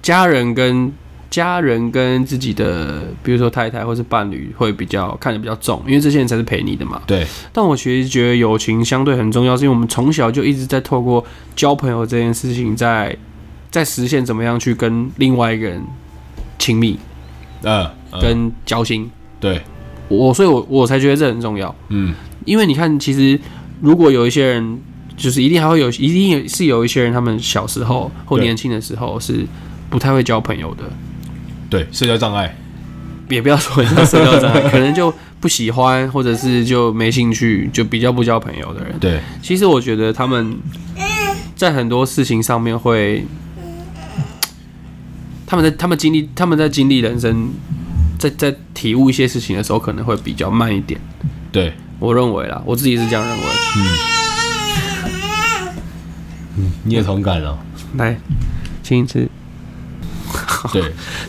Speaker 2: 家人跟家人跟自己的，比如说太太或是伴侣，会比较看得比较重，因为这些人才是陪你的嘛。
Speaker 1: 对
Speaker 2: 但我其实觉得友情相对很重要，是因为我们从小就一直在透过交朋友这件事情在，在实现怎么样去跟另外一个人亲密、
Speaker 1: 嗯，嗯
Speaker 2: 跟交心。
Speaker 1: 对，
Speaker 2: 我所以我，我才觉得这很重要，
Speaker 1: 嗯，
Speaker 2: 因为你看，其实如果有一些人，就是一定还会有，一定有是有一些人，他们小时候或
Speaker 1: 对
Speaker 2: 年轻的时候是不太会交朋友的，
Speaker 1: 对，社交障碍，
Speaker 2: 也不要说人家社交障碍，可能就不喜欢，或者是就没兴趣，就比较不交朋友的人。
Speaker 1: 对
Speaker 2: 其实我觉得他们在很多事情上面会，他们在他们经历他们在经历人生，在在体悟一些事情的时候，可能会比较慢一点。
Speaker 1: 对，
Speaker 2: 我认为啦，我自己是这样认为。
Speaker 1: 你有同感哦，
Speaker 2: 来，亲一次。
Speaker 1: 对，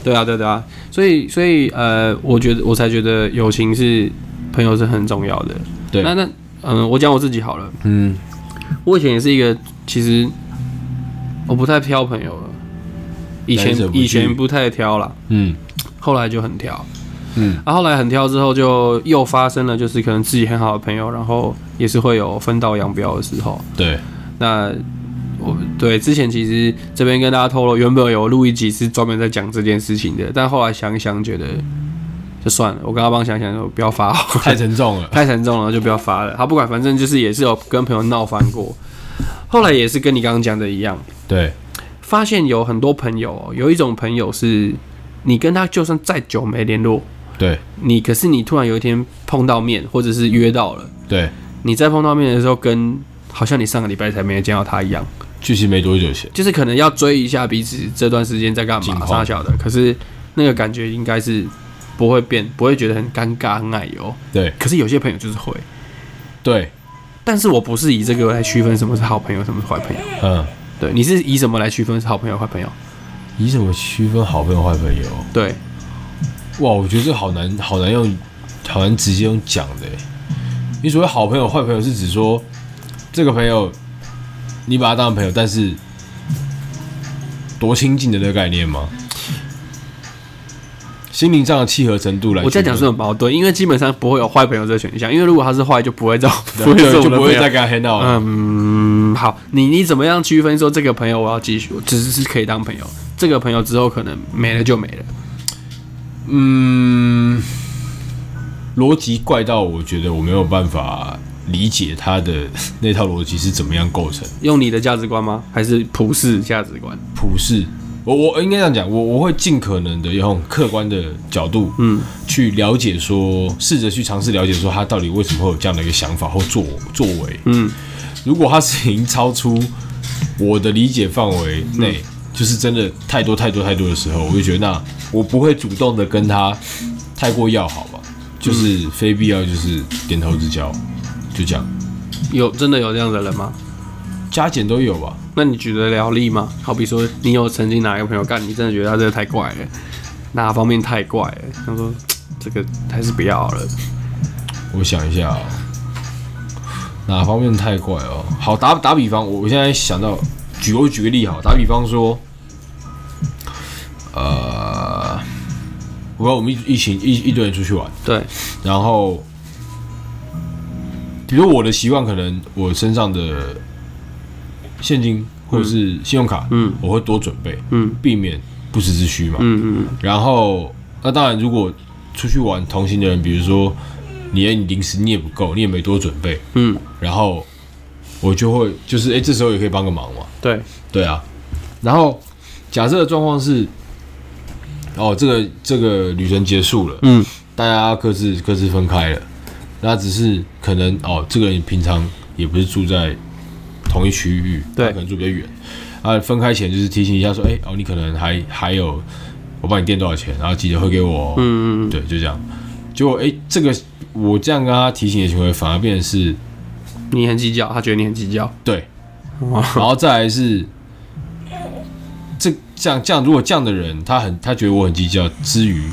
Speaker 2: 对啊，对对啊，所以所以呃，我觉得我才觉得友情是朋友是很重要的。
Speaker 1: 对
Speaker 2: 那那嗯、我讲我自己好了。
Speaker 1: 嗯，
Speaker 2: 我以前也是一个，其实我不太挑朋友了，以前
Speaker 1: 来者不拒
Speaker 2: 以前不太挑啦，
Speaker 1: 嗯，
Speaker 2: 后来就很挑，
Speaker 1: 嗯，
Speaker 2: 啊，后来很挑之后就又发生了，就是可能自己很好的朋友，然后也是会有分道扬镳的时候。
Speaker 1: 对，
Speaker 2: 那我对之前其实这边跟大家透露，原本有录一集是专门在讲这件事情的，但后来想一想，觉得就算了，我跟阿邦想想说不要发好了
Speaker 1: 太沉重了，
Speaker 2: 太沉重了，就不要发了。他不管，反正就是也是有跟朋友闹翻过。后来也是跟你刚刚讲的一样，
Speaker 1: 对
Speaker 2: 发现有很多朋友、哦，有一种朋友是，你跟他就算再久没联络，
Speaker 1: 对
Speaker 2: 你可是你突然有一天碰到面，或者是约到了，
Speaker 1: 对
Speaker 2: 你再碰到面的时候跟好像你上个礼拜才没有见到他一样，
Speaker 1: 其实没多久前，
Speaker 2: 就是可能要追一下彼此这段时间在干
Speaker 1: 近
Speaker 2: 嘛，
Speaker 1: 况
Speaker 2: 啥小的。可是那个感觉应该是不会变，不会觉得很尴尬、很奶油。
Speaker 1: 对
Speaker 2: 可是有些朋友就是会，
Speaker 1: 对，
Speaker 2: 但是我不是以这个来区分什么是好朋友，什么是坏朋友。
Speaker 1: 嗯，
Speaker 2: 对，你是以什么来区分是好朋友、坏朋友？
Speaker 1: 以什么区分好朋友坏朋友？啊
Speaker 2: 对，
Speaker 1: 哇，我觉得这好难，好难用，好难直接用讲的欸。你所谓好朋友、坏朋友，是指说这个朋友，你把他当朋友，但是多亲近的那个概念吗？心灵上的契合程度来，
Speaker 2: 我这样讲是很矛盾，因为基本上不会有坏朋友这个选项，因为如果他是坏，就不会在， 不会是
Speaker 1: 对，啊
Speaker 2: 我
Speaker 1: 就
Speaker 2: 的
Speaker 1: 不
Speaker 2: 朋
Speaker 1: 会
Speaker 2: 友
Speaker 1: 再。跟他 hang out 了。
Speaker 2: 嗯，好，你你怎么样区分说这个朋友我要继续，只是可以当朋友，这个朋友之后可能没了就没了。
Speaker 1: 嗯，逻辑怪到我觉得我没有办法理解他的 那套逻辑是怎么样构成。
Speaker 2: 用你的价值观吗？还是普世价值观？
Speaker 1: 普世，我我应该这样讲，我我会尽可能的用客观的角度，
Speaker 2: 嗯，
Speaker 1: 去了解说，试着去尝试了解说他到底为什么会有这样的一个想法或作作为。
Speaker 2: 嗯，
Speaker 1: 如果他是已经超出我的理解范围
Speaker 2: 嗯
Speaker 1: 内，就是真的太多太多太多的时候，我就觉得那我不会主动的跟他太过要好吧，就是
Speaker 2: 嗯
Speaker 1: 非必要就是点头之交，就这样，
Speaker 2: 有真的有这样的人吗？
Speaker 1: 加减都有吧。
Speaker 2: 那你举得了例吗？好比说，你有曾经哪一个朋友干，你真的觉得他这个太怪了，哪方面太怪了？他说这个还是不要了。
Speaker 1: 我想一下、哦，哪方面太怪哦？好，打打比方，我我现在想到，举我举个例好，打比方说，呃，我跟我们一一群一一堆人出去玩，
Speaker 2: 对，
Speaker 1: 然后，比如我的习惯，可能我身上的现金或者是信用卡，
Speaker 2: 嗯，
Speaker 1: 我会多准备，
Speaker 2: 嗯
Speaker 1: 避免不时之需嘛，
Speaker 2: 嗯嗯
Speaker 1: 然后，那当然，如果出去玩同行的人，比如说你你零食你也不够，你也没多准备，
Speaker 2: 嗯，
Speaker 1: 然后我就会就是哎、诶这时候也可以帮个忙嘛，
Speaker 2: 对，
Speaker 1: 对啊。然后假设的状况是，哦，这个这个旅程结束了，
Speaker 2: 嗯，
Speaker 1: 大家各自各自分开了，那只是可能哦，这个人平常也不是住在同一区域，
Speaker 2: 对
Speaker 1: 他可能住比较远。啊，分开前就是提醒一下说，哎、哦，你可能还还有，我帮你垫多少钱，然后记得汇给我、哦。
Speaker 2: 嗯嗯嗯
Speaker 1: 对，就这样。结果哎、这个我这样跟他提醒的行为，反而变成是
Speaker 2: 你很计较，他觉得你很计较。
Speaker 1: 对，
Speaker 2: 哇
Speaker 1: 然后再来是这这样这样，如果这样的人，他很他觉得我很计较之余，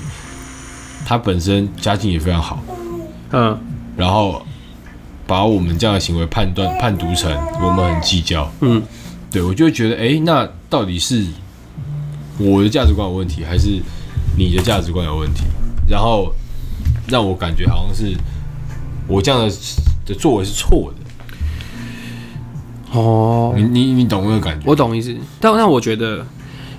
Speaker 1: 他本身家境也非常好，
Speaker 2: 嗯
Speaker 1: 然后把我们这样的行为判断判读成我们很计较，
Speaker 2: 嗯，
Speaker 1: 对我就会觉得，哎，那到底是我的价值观有问题，还是你的价值观有问题？然后让我感觉好像是我这样的的作为是错的，
Speaker 2: 哦
Speaker 1: 你你你懂那个感觉？
Speaker 2: 我懂意思，但但我觉得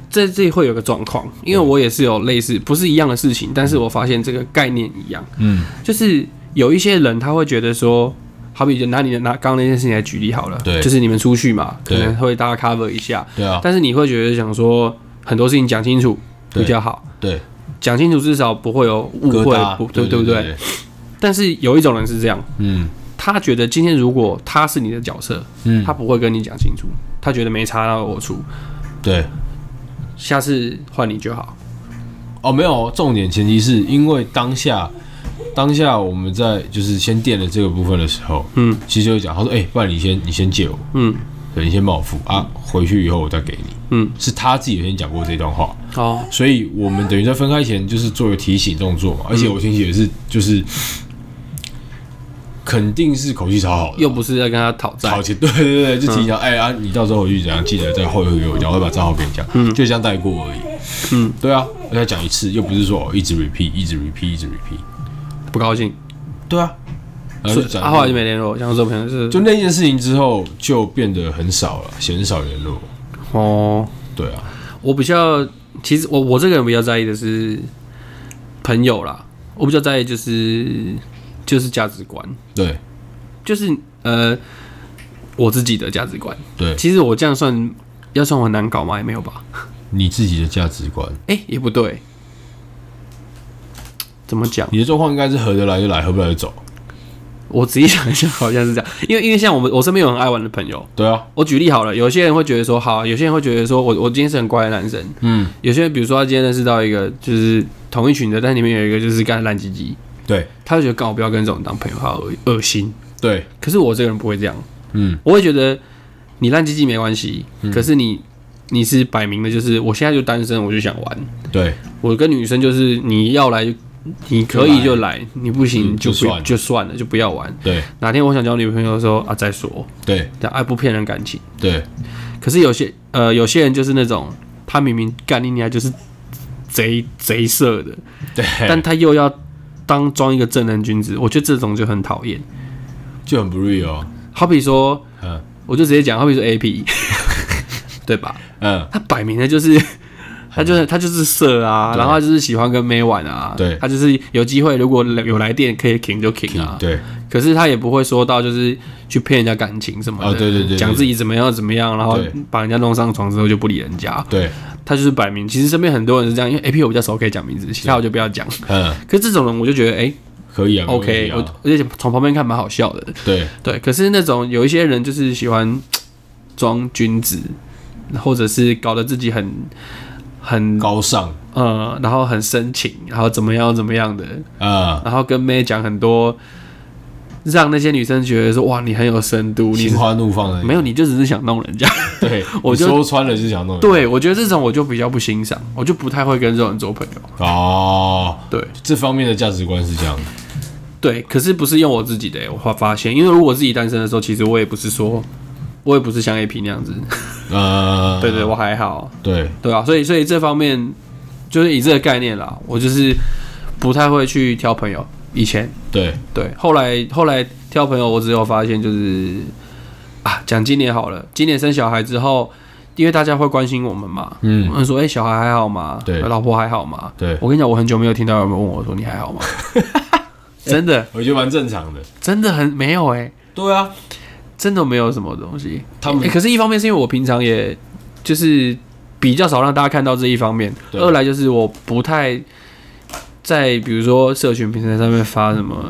Speaker 2: 这这会有个状况，因为我也是有类似不是一样的事情，但是我发现这个概念一样，
Speaker 1: 嗯，
Speaker 2: 就是有一些人他会觉得说，好比就拿你的拿刚刚那件事情来举例好了，
Speaker 1: 对
Speaker 2: 就是你们出去嘛，可
Speaker 1: 对
Speaker 2: 能会大家 cover 一下，
Speaker 1: 对啊，
Speaker 2: 但是你会觉得想说很多事情讲清楚
Speaker 1: 对
Speaker 2: 比较好，
Speaker 1: 对，
Speaker 2: 讲清楚至少不会有误
Speaker 1: 疙
Speaker 2: 会，
Speaker 1: 瘩
Speaker 2: 不，对
Speaker 1: 对
Speaker 2: 不对？？但是有一种人是这样，
Speaker 1: 嗯
Speaker 2: 他觉得今天如果他是你的角色，
Speaker 1: 嗯
Speaker 2: 他，不会跟你讲清楚，他觉得没差，那我出。
Speaker 1: 对。
Speaker 2: 下次换你就好。
Speaker 1: 哦，没有，重点前提是因为当下，当下我们在就是先垫了这个部分的时候，
Speaker 2: 嗯
Speaker 1: 其实就讲，他说，哎、不然你先你先借我，
Speaker 2: 嗯
Speaker 1: 对，你先帮我付啊，回去以后我再给你。
Speaker 2: 嗯，
Speaker 1: 是他自己有先讲过这段话，
Speaker 2: 哦，
Speaker 1: 所以我们等于在分开前就是做个提醒动作嘛，而且我提醒也是就是肯定是口气超好的，
Speaker 2: 又不是在跟他讨债
Speaker 1: 好，奇，对对对，就提
Speaker 2: 嗯
Speaker 1: 醒他，哎、啊，你到时候回去怎样，记得再后回给我讲，我会把账号给你讲，嗯，就这样带过而已，
Speaker 2: 嗯，
Speaker 1: 对啊，我再讲一次，又不是说哦一直 repeat，一直 repeat，一直 repeat，
Speaker 2: 不高兴，
Speaker 1: 对啊，然后
Speaker 2: 所
Speaker 1: 就
Speaker 2: 以
Speaker 1: 讲，
Speaker 2: 他后来就没联络。像这种朋友是
Speaker 1: 就那件事情之后就变得很少了，鲜少联络，
Speaker 2: 哦，
Speaker 1: 对啊，
Speaker 2: 我比较，其实我我这个人比较在意的是朋友啦，我比较在意就是就是价值观，
Speaker 1: 对
Speaker 2: 就是呃我自己的价值观。
Speaker 1: 对，
Speaker 2: 其实我这样算要算我很难搞吗？也没有吧。
Speaker 1: 你自己的价值观，
Speaker 2: 哎、也不对，怎么讲？
Speaker 1: 你的状况应该是合得来就来，合不来就走，
Speaker 2: 我仔细想一下，好像是这样，因为因为像我们我身边有很爱玩的朋友，
Speaker 1: 对啊，
Speaker 2: 我举例好了，有些人会觉得说好，有些人会觉得说我我今天是很乖的男生，
Speaker 1: 嗯，
Speaker 2: 有些人比如说他今天认识到一个就是同一群的，但里面有一个就是干烂唧唧，
Speaker 1: 对
Speaker 2: 他就觉得干我不要跟这种人当朋友，好恶恶心。
Speaker 1: 对，
Speaker 2: 可是我这个人不会这样，
Speaker 1: 嗯，
Speaker 2: 我会觉得你烂唧唧没关系，可是你你是摆明的就是我现在就单身，我就想玩，
Speaker 1: 对
Speaker 2: 我跟女生就是你要来就你可以就来，你不行
Speaker 1: 嗯就
Speaker 2: 就不
Speaker 1: 算了
Speaker 2: 就算了，就不要玩。
Speaker 1: 对
Speaker 2: 哪天我想交女朋友的时候啊再说，
Speaker 1: 对
Speaker 2: 但爱不骗人感情。
Speaker 1: 对，
Speaker 2: 可是有些呃，有些人就是那种他明明干你娘就是贼贼色的，
Speaker 1: 对，
Speaker 2: 但他又要当装一个正人君子，我觉得这种就很讨厌。
Speaker 1: 就很不 real，哦
Speaker 2: 好比说，
Speaker 1: 嗯
Speaker 2: 我就直接讲，好比说 A P，对吧？
Speaker 1: 嗯，
Speaker 2: 他摆明的就是。他就是他就是色啊，然后他就是喜欢跟妹玩啊，
Speaker 1: 对
Speaker 2: 他就是有机会如果有来电可以停就停啊，
Speaker 1: 对
Speaker 2: 可是他也不会说到就是去骗人家感情什么的，
Speaker 1: 哦对对对对
Speaker 2: 讲自己怎么样怎么样，然后
Speaker 1: 对
Speaker 2: 把人家弄上床之后就不理人家，
Speaker 1: 对，
Speaker 2: 他就是摆明，其实身边很多人是这样，因为 A P 我比较熟，可以讲名字，其他我就不要讲。
Speaker 1: 嗯，
Speaker 2: 可是这种人，我就觉得哎、
Speaker 1: 可以啊
Speaker 2: o k 我
Speaker 1: 我
Speaker 2: 而且从旁边看蛮好笑的，
Speaker 1: 对
Speaker 2: 对。可是那种有一些人就是喜欢装君子，或者是搞得自己很很
Speaker 1: 高尚
Speaker 2: 呃，然后很深情，然后怎么样怎么样的，
Speaker 1: 啊，
Speaker 2: 然后跟妹讲很多，让那些女生觉得说哇你很有深度，你
Speaker 1: 心花怒放的，
Speaker 2: 没有你就只是想弄人家。
Speaker 1: 对，
Speaker 2: 我
Speaker 1: 你
Speaker 2: 就
Speaker 1: 说穿了就想弄人
Speaker 2: 对我觉得这种我就比较不欣赏，我就不太会跟这种人做朋友。
Speaker 1: 哦，
Speaker 2: 对。
Speaker 1: 这方面的价值观是这样的，
Speaker 2: 对，可是不是用我自己的、欸，我发发现，因为如果我自己单身的时候，其实我也不是说，我也不是像 A P 那样子，
Speaker 1: 嗯呃，
Speaker 2: 对对，我还好，
Speaker 1: 对
Speaker 2: 对啊，所以所以这方面就是以这个概念啦，我就是不太会去挑朋友，以前
Speaker 1: 对
Speaker 2: 对，后来后来挑朋友，我只有发现就是啊，讲今年好了，今年生小孩之后，因为大家会关心我们嘛，
Speaker 1: 嗯
Speaker 2: 我们说哎、欸小孩还好吗？
Speaker 1: 对
Speaker 2: 老婆还好吗？
Speaker 1: 对，
Speaker 2: 我跟你讲，我很久没有听到有人问我说你还好吗？ 真的，
Speaker 1: 我觉得蛮正常的，
Speaker 2: 真的很没有哎、
Speaker 1: 对啊，
Speaker 2: 真的没有什么东西。
Speaker 1: 他们
Speaker 2: 欸可是，一方面是因为我平常也就是比较少让大家看到这一方面，
Speaker 1: 对
Speaker 2: 二来就是我不太在比如说社群平台上面发什么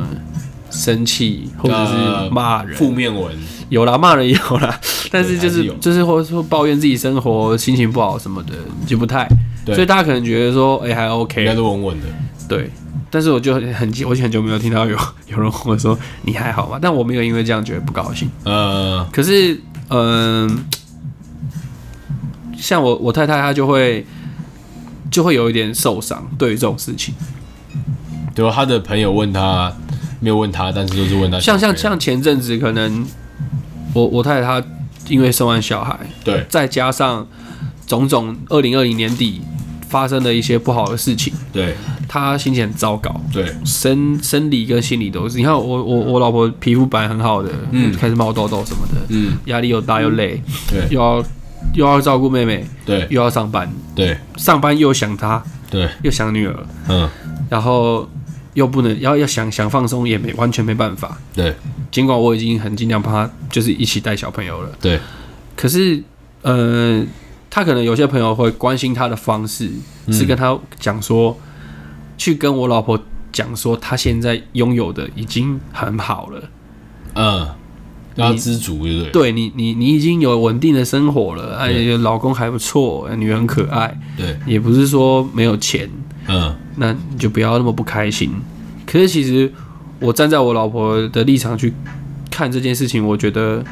Speaker 2: 生气或者是骂人，
Speaker 1: 呃负面文，
Speaker 2: 有啦骂人也有啦， 但是就
Speaker 1: 还
Speaker 2: 是
Speaker 1: 是有
Speaker 2: 就是或者说抱怨自己生活心情不好什么的就不太，
Speaker 1: 对
Speaker 2: 所以大家可能觉得说哎、还
Speaker 1: 应该
Speaker 2: OK，
Speaker 1: 都稳稳的，
Speaker 2: 对。但是我就很很我已经很久没有听到有 有人问我说你还好吗？但我没有因为这样觉得不高兴。
Speaker 1: 呃，
Speaker 2: 可是，嗯、像我我太太她就会就会有一点受伤，对于这种事情，
Speaker 1: 对啊吧？他的朋友问他，没有问他，但是就是问他，
Speaker 2: 像像，像前阵子可能我我太太她因为生完小孩，
Speaker 1: 对
Speaker 2: 再加上种种二零二零年底发生的一些不好的事情，
Speaker 1: 对
Speaker 2: 她心情很糟糕。
Speaker 1: 对
Speaker 2: 生生理跟心理都是，你看我我我老婆皮肤本来很好的，嗯，
Speaker 1: 嗯
Speaker 2: 开始冒痘痘什么的，
Speaker 1: 嗯，
Speaker 2: 压力又大又累，
Speaker 1: 对
Speaker 2: 又要又要照顾妹妹，
Speaker 1: 对
Speaker 2: 又要上班，
Speaker 1: 对
Speaker 2: 上班又想他，
Speaker 1: 对，
Speaker 2: 又想女儿，
Speaker 1: 嗯，
Speaker 2: 然后又不能，然后要想想放松也没完全没办法。
Speaker 1: 对
Speaker 2: 尽管我已经很尽量帮他，就是一起带小朋友了，
Speaker 1: 对
Speaker 2: 可是，呃，他可能有些朋友会关心他的方式是跟他讲说，去跟我老婆讲说，他现在拥有的已经很好了，
Speaker 1: 嗯，要知足，对不对？
Speaker 2: 对你，你你已经有稳定的生活了，哎，
Speaker 1: 对
Speaker 2: 老公还不错，哎女儿很可爱，
Speaker 1: 对，
Speaker 2: 也不是说没有钱，
Speaker 1: 嗯，
Speaker 2: 那你就不要那么不开心。可是其实我站在我老婆的立场去看这件事情，我觉得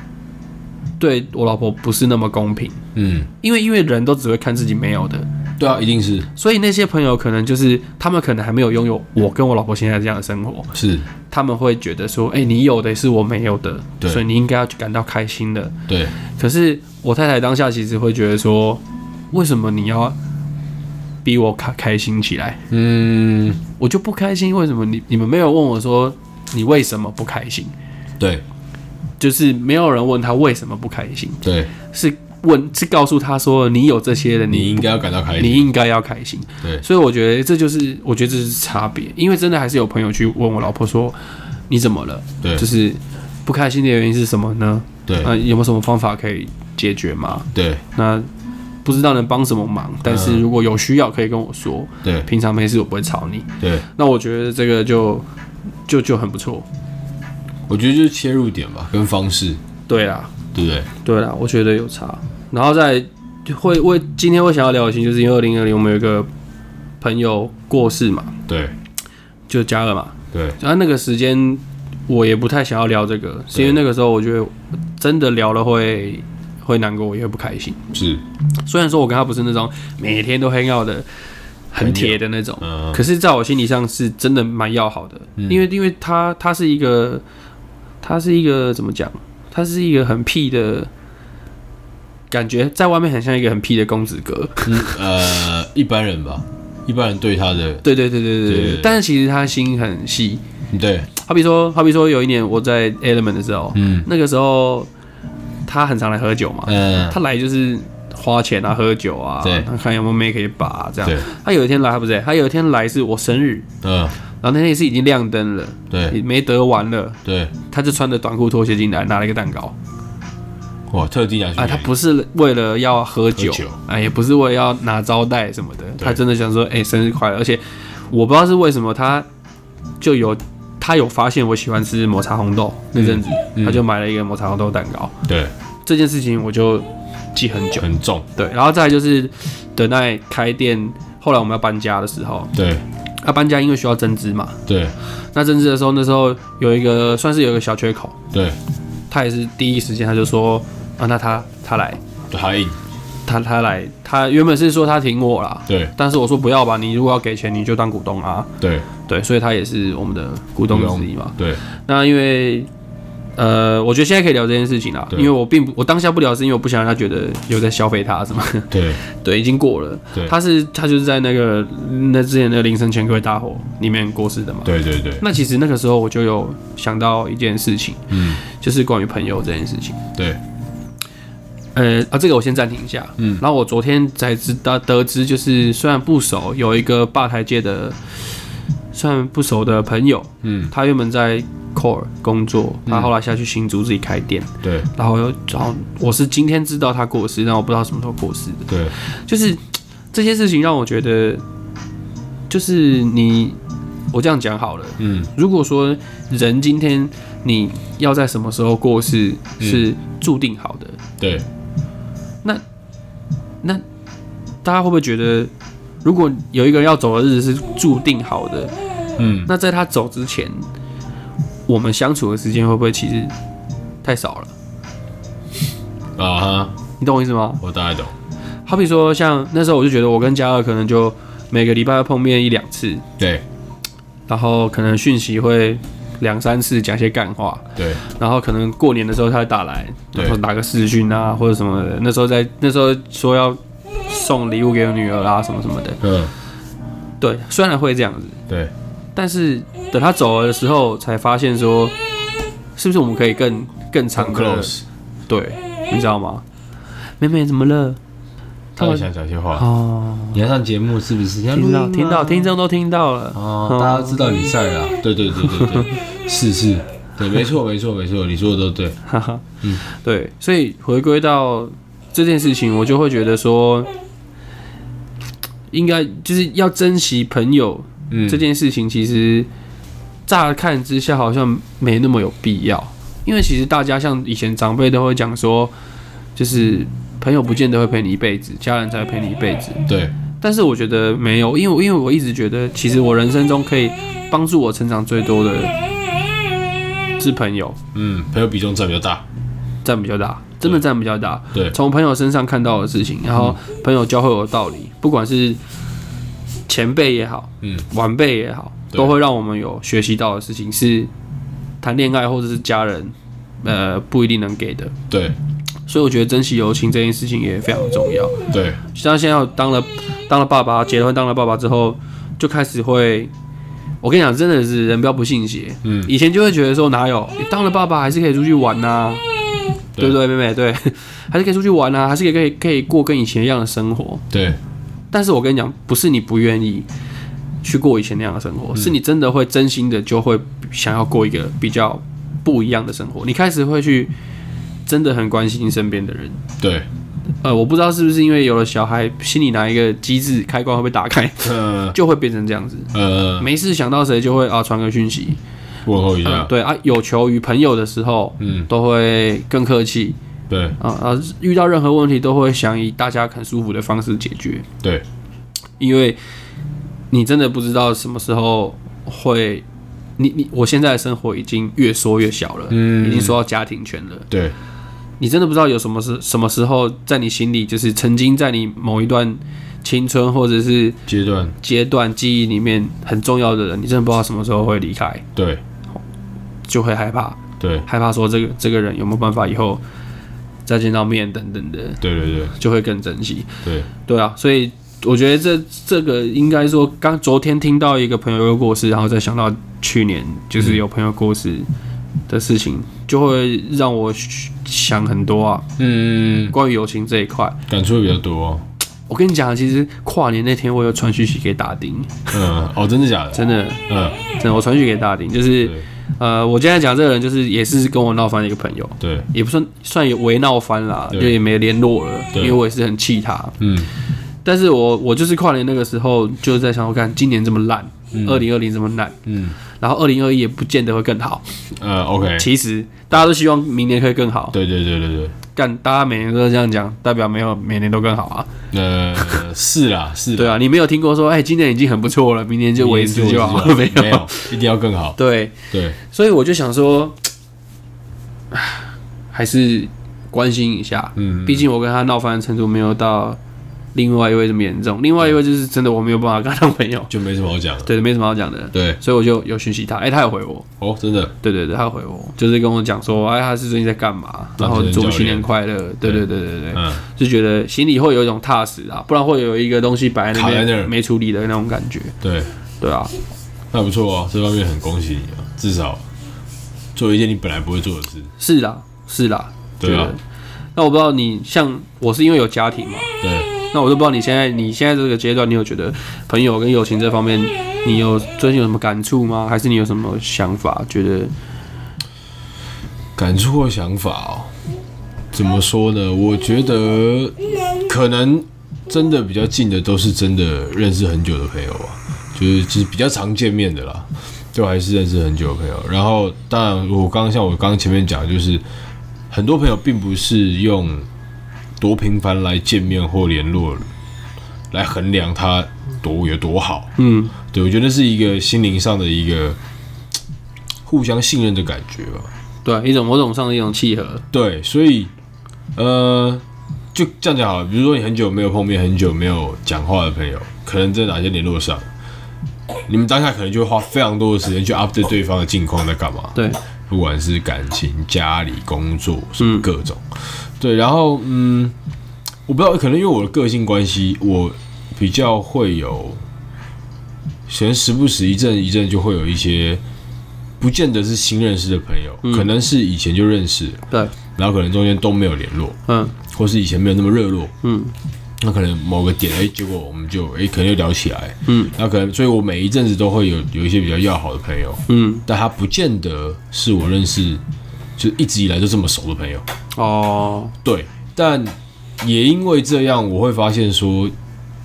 Speaker 2: 对我老婆不是那么公平，
Speaker 1: 嗯，
Speaker 2: 因为因为人都只会看自己没有的，
Speaker 1: 对啊，一定是
Speaker 2: 所以那些朋友可能就是他们可能还没有拥有我跟我老婆现在这样的生活，
Speaker 1: 是，
Speaker 2: 他们会觉得说，哎、你有的是我没有的，
Speaker 1: 对
Speaker 2: 所以你应该要感到开心的。
Speaker 1: 对
Speaker 2: 可是我太太当下其实会觉得说，为什么你要逼我开开心起来？
Speaker 1: 嗯，
Speaker 2: 我就不开心。为什么你你们没有问我说你为什么不开心？
Speaker 1: 对
Speaker 2: 就是没有人问他为什么不开心，
Speaker 1: 对，
Speaker 2: 是问是告诉他说你有这些的，
Speaker 1: 你
Speaker 2: 你
Speaker 1: 应该要感到开
Speaker 2: 你
Speaker 1: 心，
Speaker 2: 应该要开心。
Speaker 1: 对
Speaker 2: 所以我觉得这就是我觉得这是差别，因为真的还是有朋友去问我老婆说你怎么了，
Speaker 1: 对
Speaker 2: 就是不开心的原因是什么呢？
Speaker 1: 对
Speaker 2: 呃，有没有什么方法可以解决吗？
Speaker 1: 对
Speaker 2: 那不知道能帮什么忙，
Speaker 1: 嗯
Speaker 2: 但是如果有需要可以跟我说，
Speaker 1: 对
Speaker 2: 平常没事我不会吵你。
Speaker 1: 对，
Speaker 2: 那我觉得这个就就就很不错。
Speaker 1: 我觉得就是切入点吧，跟方式，
Speaker 2: 对啦，
Speaker 1: 对不对？
Speaker 2: 对啦，我觉得有差。然后再会为今天会想要聊的情，就是因为二零二零我们有一个朋友过世嘛，
Speaker 1: 对
Speaker 2: 就加了嘛。
Speaker 1: 对，
Speaker 2: 然后那个时间我也不太想要聊这个，是因为那个时候我觉得真的聊了会会难过，也会不开心。
Speaker 1: 是，
Speaker 2: 虽然说我跟他不是那种每天都 hang out 的很铁的那种，
Speaker 1: 嗯、
Speaker 2: 可是在我心理上是真的蛮要好的，
Speaker 1: 嗯
Speaker 2: 因为因为他他是一个他是一个怎么讲，他是一个很屁的。感觉在外面很像一个很屁的公子哥，
Speaker 1: 嗯呃，一般人吧，一般人对他的，
Speaker 2: 对对对对对
Speaker 1: 对
Speaker 2: 对。但是其实他心很细，
Speaker 1: 对，
Speaker 2: 好比说，好比说有一年我在 Element 的时候，
Speaker 1: 嗯
Speaker 2: 那个时候他很常来喝酒嘛，
Speaker 1: 嗯，
Speaker 2: 他来就是花钱啊，喝酒啊，
Speaker 1: 对
Speaker 2: 他看有没有妹可以把、这样。
Speaker 1: 对，
Speaker 2: 他有一天来，他不是，他有一天来是我生日，
Speaker 1: 嗯，
Speaker 2: 然后那天也是已经亮灯了，
Speaker 1: 对
Speaker 2: 也没得玩了，
Speaker 1: 对，
Speaker 2: 他就穿着短裤拖鞋进来，拿了一个蛋糕
Speaker 1: 哇，特地拿去
Speaker 2: 啊，
Speaker 1: 给
Speaker 2: 他不是为了要喝酒
Speaker 1: 喝酒
Speaker 2: 啊，也不是为了要拿招待什么的，
Speaker 1: 对
Speaker 2: 他真的想说，哎、生日快乐！而且我不知道是为什么，他就有他有发现我喜欢吃抹茶红豆那阵子，
Speaker 1: 嗯
Speaker 2: 他就买了一个抹茶红豆蛋糕，
Speaker 1: 对，
Speaker 2: 这件事情我就记很久。
Speaker 1: 很重，
Speaker 2: 对，然后再来就是等待开店，后来我们要搬家的时候，
Speaker 1: 对
Speaker 2: 要搬家因为需要增资嘛，
Speaker 1: 对
Speaker 2: 那增资的时候那时候有一个算是有一个小缺口，
Speaker 1: 对，
Speaker 2: 他也是第一时间他就说啊，那他他来，
Speaker 1: 对还硬，
Speaker 2: 他他来，他原本是说他挺我啦，
Speaker 1: 对
Speaker 2: 但是我说不要吧，你如果要给钱你就当股东啊，
Speaker 1: 对
Speaker 2: 对，所以他也是我们的股东之一嘛。
Speaker 1: 对
Speaker 2: 那因为呃，我觉得现在可以聊这件事情啦，
Speaker 1: 对
Speaker 2: 因为我并不我当下不聊是因为我不想让他觉得有在消费他什么，
Speaker 1: 对
Speaker 2: 对，已经过了。
Speaker 1: 对
Speaker 2: 他是他就是在那个那之前的林森钱柜大火里面过世的嘛。
Speaker 1: 对对对，
Speaker 2: 那其实那个时候我就有想到一件事情，
Speaker 1: 嗯，
Speaker 2: 就是关于朋友这件事情。
Speaker 1: 对
Speaker 2: 呃啊，这个我先暂停一下。嗯
Speaker 1: 嗯，
Speaker 2: 然后我昨天才知道得知，就是虽然不熟，有一个吧台界的算不熟的朋友，
Speaker 1: 嗯
Speaker 2: 他原本在 Core 工作，他
Speaker 1: 嗯
Speaker 2: 后来下去新竹自己开店，
Speaker 1: 对
Speaker 2: 然后又然后我是今天知道他过世，但我不知道什么时候过世的。
Speaker 1: 对
Speaker 2: 就是这些事情让我觉得，就是你，我这样讲好了。
Speaker 1: 嗯
Speaker 2: 如果说人今天你要在什么时候过世
Speaker 1: 嗯
Speaker 2: 是注定好的，
Speaker 1: 对，
Speaker 2: 那大家会不会觉得，如果有一个人要走的日子是注定好的，
Speaker 1: 嗯
Speaker 2: 那在他走之前，我们相处的时间会不会其实太少了？
Speaker 1: 啊哈，
Speaker 2: 你懂我意思吗？
Speaker 1: 我大概懂，
Speaker 2: 好比说，像那时候我就觉得我跟嘉乐可能就每个礼拜要碰面一两次，
Speaker 1: 对
Speaker 2: 然后可能讯息会两三次讲些干话，
Speaker 1: 对
Speaker 2: 然后可能过年的时候他会打来，
Speaker 1: 对
Speaker 2: 然后打个视讯啊或者什么的。那时候在那时候说要送礼物给我女儿啊什么什么的，
Speaker 1: 嗯
Speaker 2: 对，虽然会这样子，
Speaker 1: 对
Speaker 2: 但是等他走了的时候才发现说，是不是我们可以更更长的
Speaker 1: close，
Speaker 2: 对，你知道吗？妹妹怎么了？
Speaker 1: 他们想讲些话，
Speaker 2: 哦，
Speaker 1: 你要上节目是不是？你要录
Speaker 2: 听
Speaker 1: 音
Speaker 2: 到
Speaker 1: 吗
Speaker 2: 听到听众都听到了，
Speaker 1: 哦，大家都知道你在啦。对对对对对，是是，对，没错没错没错，你说的都对。
Speaker 2: 哈哈，
Speaker 1: 嗯
Speaker 2: 对，所以回归到这件事情，我就会觉得说，应该就是要珍惜朋友、
Speaker 1: 嗯，
Speaker 2: 这件事情，其实乍看之下好像没那么有必要，因为其实大家像以前长辈都会讲说，就是朋友不见得会陪你一辈子，家人才会陪你一辈子，
Speaker 1: 对
Speaker 2: 但是我觉得没有，因为我因为我一直觉得，其实我人生中可以帮助我成长最多的是朋友，
Speaker 1: 嗯，朋友比重占比较大。
Speaker 2: 占比较大，真的占比较大。
Speaker 1: 对
Speaker 2: 从朋友身上看到的事情，然后朋友教会我的道理，不管是前辈也好，
Speaker 1: 嗯，
Speaker 2: 晚辈也好，
Speaker 1: 对
Speaker 2: 都会让我们有学习到的事情，是谈恋爱或者是家人，呃，不一定能给的。
Speaker 1: 对
Speaker 2: 所以我觉得珍惜友情这件事情也非常重要。
Speaker 1: 对
Speaker 2: 像现在我当了当了爸爸，结婚当了爸爸之后，就开始会，我跟你讲，真的是人不要不信邪。
Speaker 1: 嗯
Speaker 2: 以前就会觉得说哪有，当了爸爸还是可以出去玩呐、
Speaker 1: 对
Speaker 2: 对不对，妹妹？对， 还是可以出去玩啊，还是可以可以可以过跟以前一样的生活。
Speaker 1: 对
Speaker 2: 但是我跟你讲，不是你不愿意去过以前那样的生活，是你真的会真心的就会想要过一个比较不一样的生活。你开始会去真的很关心身边的人。
Speaker 1: 对，
Speaker 2: 呃，我不知道是不是因为有了小孩，心里哪一个机制开关会被打开，
Speaker 1: 呃
Speaker 2: 就会变成这样子。
Speaker 1: 呃，
Speaker 2: 没事想到谁就会啊传个讯息，
Speaker 1: 问候一
Speaker 2: 嗯
Speaker 1: 下，
Speaker 2: 对啊，有求于朋友的时候，
Speaker 1: 嗯，
Speaker 2: 都会更客气
Speaker 1: 对
Speaker 2: 啊啊，遇到任何问题都会想以大家很舒服的方式解决，
Speaker 1: 对，
Speaker 2: 因为你真的不知道什么时候会。你你我现在的生活已经越缩越小了，
Speaker 1: 嗯
Speaker 2: 已经缩到家庭圈了。
Speaker 1: 对，
Speaker 2: 你真的不知道有什么时什么时候在你心里，就是曾经在你某一段青春或者是
Speaker 1: 阶段，
Speaker 2: 阶段记忆里面很重要的人，你真的不知道什么时候会离开，
Speaker 1: 对
Speaker 2: 就会害怕，
Speaker 1: 对
Speaker 2: 害怕说这个这个人有没有办法以后再见到面等等的，
Speaker 1: 对对对
Speaker 2: 就会更珍惜。
Speaker 1: 对，
Speaker 2: 对啊，所以我觉得这这个应该说，刚昨天听到一个朋友又过世，然后再想到去年
Speaker 1: 嗯
Speaker 2: 就是有朋友过世的事情，就会让我想很多啊，
Speaker 1: 嗯，
Speaker 2: 关于友情这一块。
Speaker 1: 感触比较多哦，
Speaker 2: 我跟你讲，其实跨年那天我有传讯息给大丁，
Speaker 1: 嗯，哦，真的假的？
Speaker 2: 真的，
Speaker 1: 嗯，
Speaker 2: 真的，我传讯息给大丁，就是
Speaker 1: 对
Speaker 2: 呃，我今天讲这个人，就是也是跟我闹翻的一个朋友，
Speaker 1: 对，
Speaker 2: 也不算算有微闹翻啦，
Speaker 1: 对
Speaker 2: 就也没联络了，
Speaker 1: 对
Speaker 2: 因为我也是很气他。
Speaker 1: 嗯
Speaker 2: 但是我我就是跨年那个时候就在想，我看今年这么烂，二零二零这么烂，
Speaker 1: 嗯，
Speaker 2: 然后二零二一也不见得会更好。
Speaker 1: 呃，OK，
Speaker 2: 其实大家都希望明年可以更好，
Speaker 1: 对对对对对，
Speaker 2: 干大家每年都这样讲，代表没有每年都更好啊。
Speaker 1: 呃， 是啦是
Speaker 2: 对
Speaker 1: 啦，
Speaker 2: 啊，你没有听过说，哎，今年已经很不错了，明年就维持就好，
Speaker 1: 明
Speaker 2: 没
Speaker 1: 年就没
Speaker 2: 有？
Speaker 1: 有，一定要更好，
Speaker 2: 对，
Speaker 1: 对
Speaker 2: 所以我就想说，还是关心一下，
Speaker 1: 嗯
Speaker 2: 毕竟我跟他闹翻的程度没有到另外一位这么严重，另外一位就是真的我没有办法跟他当朋友，
Speaker 1: 就没什么好讲了，
Speaker 2: 对，没什么好讲的，
Speaker 1: 对，
Speaker 2: 所以我就有讯息他，哎、他有回我，
Speaker 1: 哦，真的，
Speaker 2: 对对对，他有回我，就是跟我讲说，哎，他是最近在干嘛，然后祝我新年快乐，对对对对对，
Speaker 1: 嗯，
Speaker 2: 就觉得心里会有一种踏实啊，不然会有一个东西摆在那
Speaker 1: 卡在那
Speaker 2: 边
Speaker 1: 儿
Speaker 2: 没处理的那种感觉，
Speaker 1: 对，
Speaker 2: 对啊，
Speaker 1: 那不错哦，这方面很恭喜你啊，至少做一件你本来不会做的事，
Speaker 2: 是啦，是啦，
Speaker 1: 对啊
Speaker 2: 觉得。那我不知道你像我是因为有家庭嘛，
Speaker 1: 对，
Speaker 2: 那我就不知道你现在你现在这个阶段，你有觉得朋友跟友情这方面，你有最近有什么感触吗？还是你有什么想法？觉得
Speaker 1: 感触或想法哦，怎么说呢？我觉得可能真的比较近的都是真的认识很久的朋友啊，就是就是比较常见面的啦，就还是认识很久的朋友。然后当然，我刚刚像我刚刚前面讲的，就是很多朋友并不是用多频繁来见面或联络来衡量他多有多好，
Speaker 2: 嗯，
Speaker 1: 对，我觉得是一个心灵上的一个互相信任的感觉吧。
Speaker 2: 对啊一种某种上的一种契合，
Speaker 1: 对，所以呃，就这样讲好了。比如说你很久没有碰面、很久没有讲话的朋友，可能在哪些联络上，你们当下可能就会花非常多的时间去 update 对方的近况在干嘛，
Speaker 2: 对，
Speaker 1: 不管是感情、家里、工作什么各种。对，然后嗯，我不知道，可能因为我的个性关系，我比较会有，可能时不时一阵一阵就会有一些。不见得是新认识的朋友，可能是以前就认识，
Speaker 2: 对，
Speaker 1: 然后可能中间都没有联络，
Speaker 2: 嗯
Speaker 1: 或是以前没有那么热络，
Speaker 2: 嗯
Speaker 1: 那可能某个点，哎、结果我们就哎、可能又聊起来，
Speaker 2: 嗯，
Speaker 1: 那可能，所以我每一阵子都会有有一些比较要好的朋友，
Speaker 2: 嗯，
Speaker 1: 但他不见得是我认识，就一直以来都这么熟的朋友，
Speaker 2: 哦，
Speaker 1: 对，但也因为这样，我会发现说，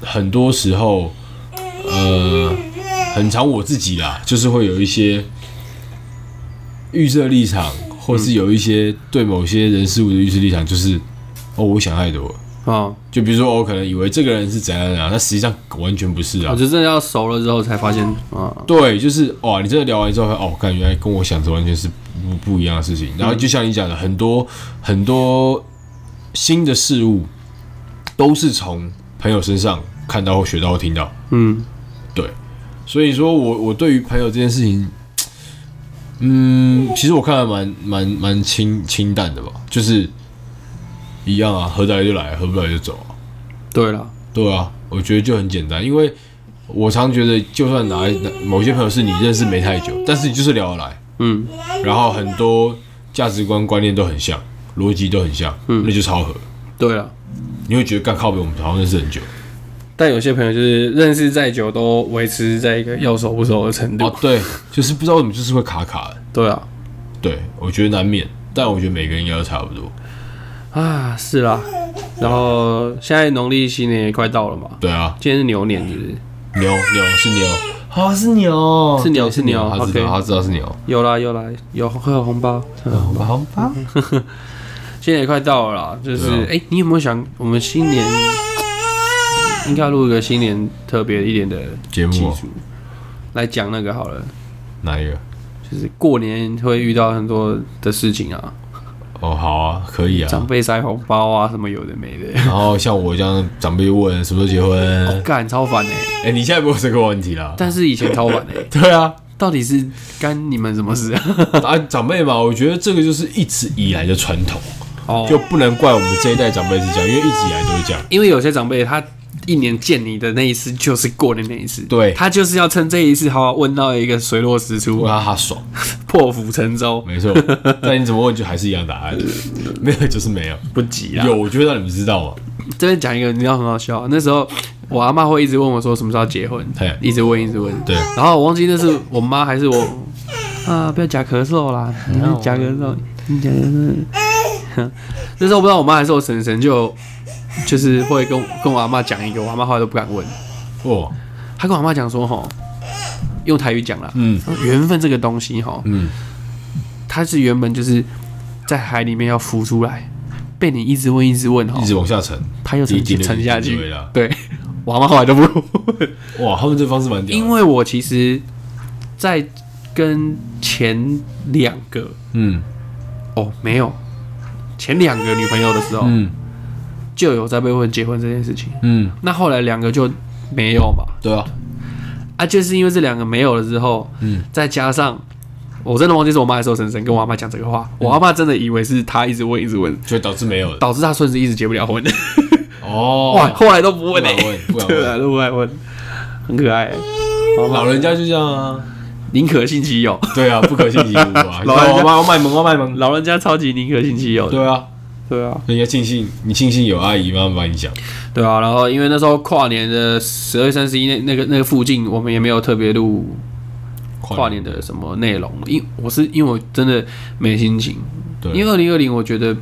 Speaker 1: 很多时候，呃，很常我自己啦，就是会有一些预设立场，或是有一些对某些人事物的预设立场，就是哦，我想太多了。
Speaker 2: 哦，
Speaker 1: 就比如说，我可能以为这个人是怎样怎样，但实际上完全不是啊
Speaker 2: 我。就真的要熟了之后才发现，啊，
Speaker 1: 对，就是哇，你真的聊完之后，哦，感觉跟我想的完全是不不一样的事情。然后就像你讲的，很多很多新的事物都是从朋友身上看到或学到或听到。
Speaker 2: 嗯
Speaker 1: 对，所以说我我对于朋友这件事情，嗯，其实我看的蛮蛮蛮清清淡的吧，就是一样啊，合得来就来，合不来就走啊。
Speaker 2: 对了，
Speaker 1: 对啊，我觉得就很简单，因为我常觉得，就算哪哪某些朋友是你认识没太久，但是你就是聊得来，
Speaker 2: 嗯
Speaker 1: 然后很多价值观观念都很像，逻辑都很像，
Speaker 2: 嗯
Speaker 1: 那就超合。
Speaker 2: 对了。
Speaker 1: 你会觉得干靠北，我们好像认识很久
Speaker 2: 但有些朋友就是认识再久都维持在一个要熟不熟的程度，
Speaker 1: 哦，对，就是不知道为什么就是会卡卡的，
Speaker 2: 对啊，
Speaker 1: 对我觉得难免，但我觉得每个人应该都差不多，
Speaker 2: 啊是啦，然后现在农历新年也快到了嘛，
Speaker 1: 对啊，
Speaker 2: 今天是牛年，是不是？
Speaker 1: 牛牛是牛，
Speaker 3: 哦，是你哦，
Speaker 2: 是鸟
Speaker 1: 对
Speaker 2: 是鸟
Speaker 1: 他知道，
Speaker 2: ，OK，
Speaker 1: 他知道是鸟。
Speaker 2: 有啦有啦，有会有红包。嗯
Speaker 1: 好吧，好吧，
Speaker 2: 现在也快到了啦，就是
Speaker 1: 对
Speaker 2: 哎、
Speaker 1: 啊
Speaker 2: 诶你有没有想我们新年应该要录一个新年特别一点的
Speaker 1: 节目
Speaker 2: 集
Speaker 1: 哦
Speaker 2: 数来讲那个好了，
Speaker 1: 哪一个？
Speaker 2: 就是过年会遇到很多的事情啊，
Speaker 1: 哦，好啊，可以
Speaker 2: 长
Speaker 1: 啊。
Speaker 2: 辈塞红包啊，什么有的没的，
Speaker 1: 然后像我这样，长辈问什么时候结婚？
Speaker 2: 干、超烦哎、
Speaker 1: 哎，你现在不会有这个问题啦。
Speaker 2: 但是以前超烦哎、
Speaker 1: 对啊，
Speaker 2: 到底是干你们什么事 啊？
Speaker 1: 啊，长辈嘛，我觉得这个就是一直以来的传统，
Speaker 2: 哦，
Speaker 1: 就不能怪我们这一代长辈是这样，因为一直以来都是这样。
Speaker 2: 因为有些长辈他一年见你的那一次就是过年那一次，
Speaker 1: 对
Speaker 2: 他就是要趁这一次好好问到一个水落石出
Speaker 1: 我，让他爽，
Speaker 2: 破釜沉舟，
Speaker 1: 啊没错。但你怎么问就还是一样答案， 没有就是没有。
Speaker 2: 不急啦。
Speaker 1: 有，我就会让你们知道嘛。
Speaker 2: 这边讲一个，你知道很好笑。那时候我阿妈会一直问我说什么时候结婚
Speaker 1: 嘿，
Speaker 2: 一直问一直问。
Speaker 1: 对
Speaker 2: 然后我忘记那是我妈还是 我啊，不要假咳嗽啦，你假咳嗽，你假咳嗽。 那时候不知道我妈还是我婶婶就就是会跟我跟我阿妈讲一个，我阿妈后来都不敢问。
Speaker 1: 哦，
Speaker 2: 她跟我阿妈讲说吼，用台语讲啦，
Speaker 1: 嗯
Speaker 2: 缘分这个东西吼，
Speaker 1: 嗯，
Speaker 2: 它是原本就是在海里面要浮出来，被你一直问一直问吼
Speaker 1: 一，直往下沉，
Speaker 2: 它又沉
Speaker 1: 一定的
Speaker 2: 沉下
Speaker 1: 一定
Speaker 2: 去
Speaker 1: 的对啦。
Speaker 2: 对， 我阿妈后来都不问，
Speaker 1: 哇，他们这方式蛮屌的。
Speaker 2: 因为我其实，在跟前两个
Speaker 1: 嗯
Speaker 2: 哦没有前两个女朋友的时候，
Speaker 1: 嗯
Speaker 2: 就有在被问结婚这件事情。
Speaker 1: 嗯，
Speaker 2: 那后来两个就没有嘛，
Speaker 1: 对啊，
Speaker 2: 啊，就是因为这两个没有了之后，
Speaker 1: 嗯，
Speaker 2: 再加上。我真的忘记是我妈还是我婶婶跟我阿妈讲这个话，我阿妈真的以为是她一直问一直问，
Speaker 1: 就导致没有了。
Speaker 2: 导致她孙子一直结不了婚。
Speaker 1: 哦，
Speaker 2: 哇，后来都不问
Speaker 1: 不
Speaker 2: 嘞、
Speaker 1: 敢问不敢问
Speaker 2: 对啊，都不爱问，很可爱欸、
Speaker 1: 老人家就这样啊。
Speaker 2: 宁可信其有，
Speaker 1: 对啊，不可信 其无啊。
Speaker 2: 老人家
Speaker 1: 我妈要卖萌，我卖萌。
Speaker 2: 老人家超级宁可信其有的。
Speaker 1: 对啊，
Speaker 2: 对啊，
Speaker 1: 人家庆幸你庆幸有阿姨妈妈帮你讲。
Speaker 2: 对啊。然后因为那时候跨年的十二月三十一那那个那个附近，我们也没有特别录跨年的什么内容，因我是因为我真的没心情，
Speaker 1: 对，
Speaker 2: 因为二零二零我觉得。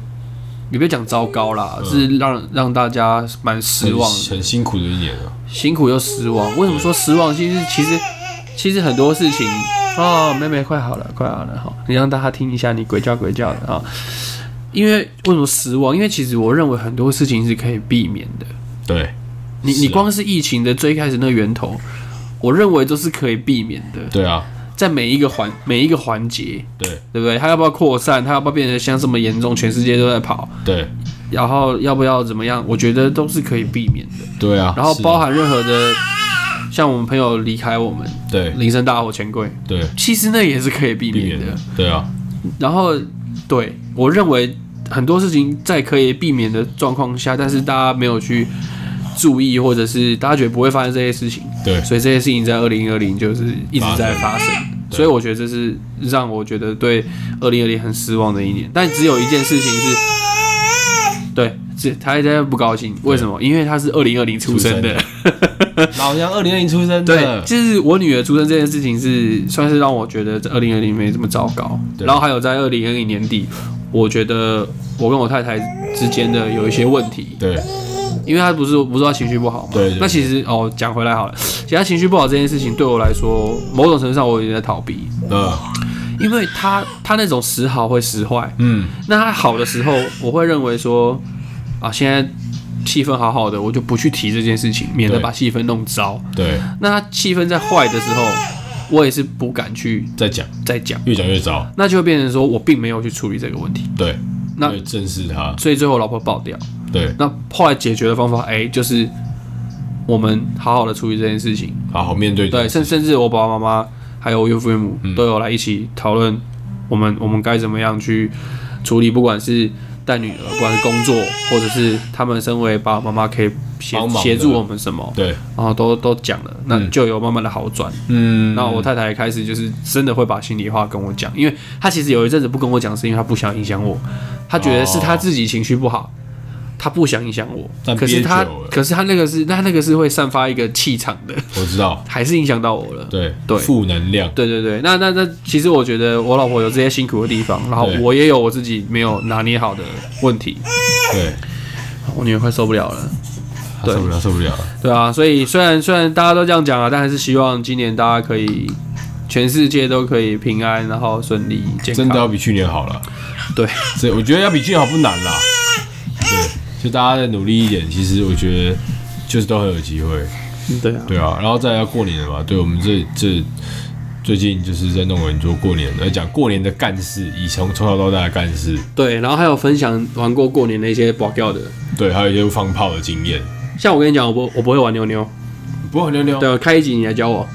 Speaker 2: 也别讲糟糕啦，是让让大家蛮失望的
Speaker 1: 很，很辛苦的一年啊。
Speaker 2: 辛苦又失望。为什么说失望？其实其实其实很多事情哦，妹妹快好了，快好了，好，你让大家听一下你鬼叫鬼叫的啊、因为为什么失望？因为其实我认为很多事情是可以避免的。
Speaker 1: 对
Speaker 2: 你
Speaker 1: 是啊
Speaker 2: 你光是疫情的最开始那个源头，我认为都是可以避免的，
Speaker 1: 对啊，
Speaker 2: 在每一个环每一个环节，
Speaker 1: 对
Speaker 2: 对不对？它要不要扩散？它要不要变得像这么严重？全世界都在跑，
Speaker 1: 对
Speaker 2: 然后要不要怎么样？我觉得都是可以避免的。
Speaker 1: 对啊。
Speaker 2: 然后
Speaker 1: 是啊
Speaker 2: 包含任何的，像我们朋友离开我们，
Speaker 1: 对
Speaker 2: 铃声大火钱柜，
Speaker 1: 对
Speaker 2: 其实那也是可以避
Speaker 1: 避
Speaker 2: 免
Speaker 1: 免
Speaker 2: 的
Speaker 1: 的。，对啊，
Speaker 2: 然后，对我认为很多事情在可以避免的状况下，但是大家没有去注意，或者是大家觉得不会发生这些事情，
Speaker 1: 对
Speaker 2: 所以这些事情在二零二零就是一直在发生。所以我觉得这是让我觉得对二零二零很失望的一年。但只有一件事情是，对，是他一直在不高兴。为什么？因为他是二零二零出生的。
Speaker 1: 老娘二零二零出生
Speaker 2: 对，
Speaker 1: 的，
Speaker 2: 就是我女儿出生这件事情是算是让我觉得二零二零没这么糟糕。
Speaker 1: 对
Speaker 2: 然后还有在二零二零年底，我觉得我跟我太太之间的有一些问题，
Speaker 1: 对
Speaker 2: 因为她不是不是说她情绪不好嘛。
Speaker 1: 对对对
Speaker 2: 那其实哦，讲回来好了，其实她情绪不好这件事情对我来说，某种程度上我有点在逃避，
Speaker 1: 嗯
Speaker 2: 因为她她那种时好会时坏。
Speaker 1: 嗯，
Speaker 2: 那她好的时候，我会认为说啊，现在气氛好好的，我就不去提这件事情，免得
Speaker 1: 对
Speaker 2: 把气氛弄糟。
Speaker 1: 对，
Speaker 2: 那他气氛在坏的时候，我也是不敢去
Speaker 1: 再讲，
Speaker 2: 再讲，
Speaker 1: 越讲越糟，
Speaker 2: 那就会变成说我并没有去处理这个问题，
Speaker 1: 对，
Speaker 2: 那
Speaker 1: 越正视他，
Speaker 2: 所以最后我老婆爆掉。
Speaker 1: 对，
Speaker 2: 那后来解决的方法，哎、就是我们好好的处理这件事情，
Speaker 1: 好好面对，
Speaker 2: 对，甚甚至我爸爸妈妈还有我岳父岳母
Speaker 1: 嗯
Speaker 2: 都有来一起讨论我们我们该怎么样去处理，不管是带女儿，不管是工作，或者是他们身为爸爸妈妈可以协
Speaker 1: 帮忙的
Speaker 2: 协助我们什么，
Speaker 1: 对，
Speaker 2: 然后都都讲了，那
Speaker 1: 嗯
Speaker 2: 就有慢慢的好转。
Speaker 1: 嗯，
Speaker 2: 那我太太开始就是真的会把心里话跟我讲，因为她其实有一阵子不跟我讲，是因为她不想影响我，她觉得
Speaker 1: 哦
Speaker 2: 是她自己情绪不好，她不想影响我。
Speaker 1: 但
Speaker 2: 可是她
Speaker 1: 憋久了，
Speaker 2: 可是她那个是，那那个是会散发一个气场的，
Speaker 1: 我知道，
Speaker 2: 还是影响到我了。
Speaker 1: 对
Speaker 2: 对
Speaker 1: 负能量，
Speaker 2: 对对对，那那那，其实我觉得我老婆有这些辛苦的地方，然后
Speaker 1: 对
Speaker 2: 我也有我自己没有拿捏好的问题，
Speaker 1: 对，
Speaker 2: 我女儿快受不了了。
Speaker 1: 他
Speaker 2: 对
Speaker 1: 受不了，受不了了。
Speaker 2: 对啊，所以虽然虽然大家都这样讲啊，但还是希望今年大家可以全世界都可以平安，然后顺利健康。
Speaker 1: 真的要比去年好了。
Speaker 2: 对，
Speaker 1: 所以我觉得要比去年好不难啦。对，就大家再努力一点，其实我觉得就是都很有机会。
Speaker 2: 对啊，
Speaker 1: 对啊，然后再来要过年了嘛，对我们这这最近就是在弄很多过年，来讲过年的干事，以从从小到大的干事，
Speaker 2: 对，然后还有分享玩过过年的一些保钓的，
Speaker 1: 对，还有一些放炮的经验。
Speaker 2: 像我跟你讲，我不我不会玩妞妞，
Speaker 1: 不过妞妞
Speaker 2: 对，啊开一集你来教我。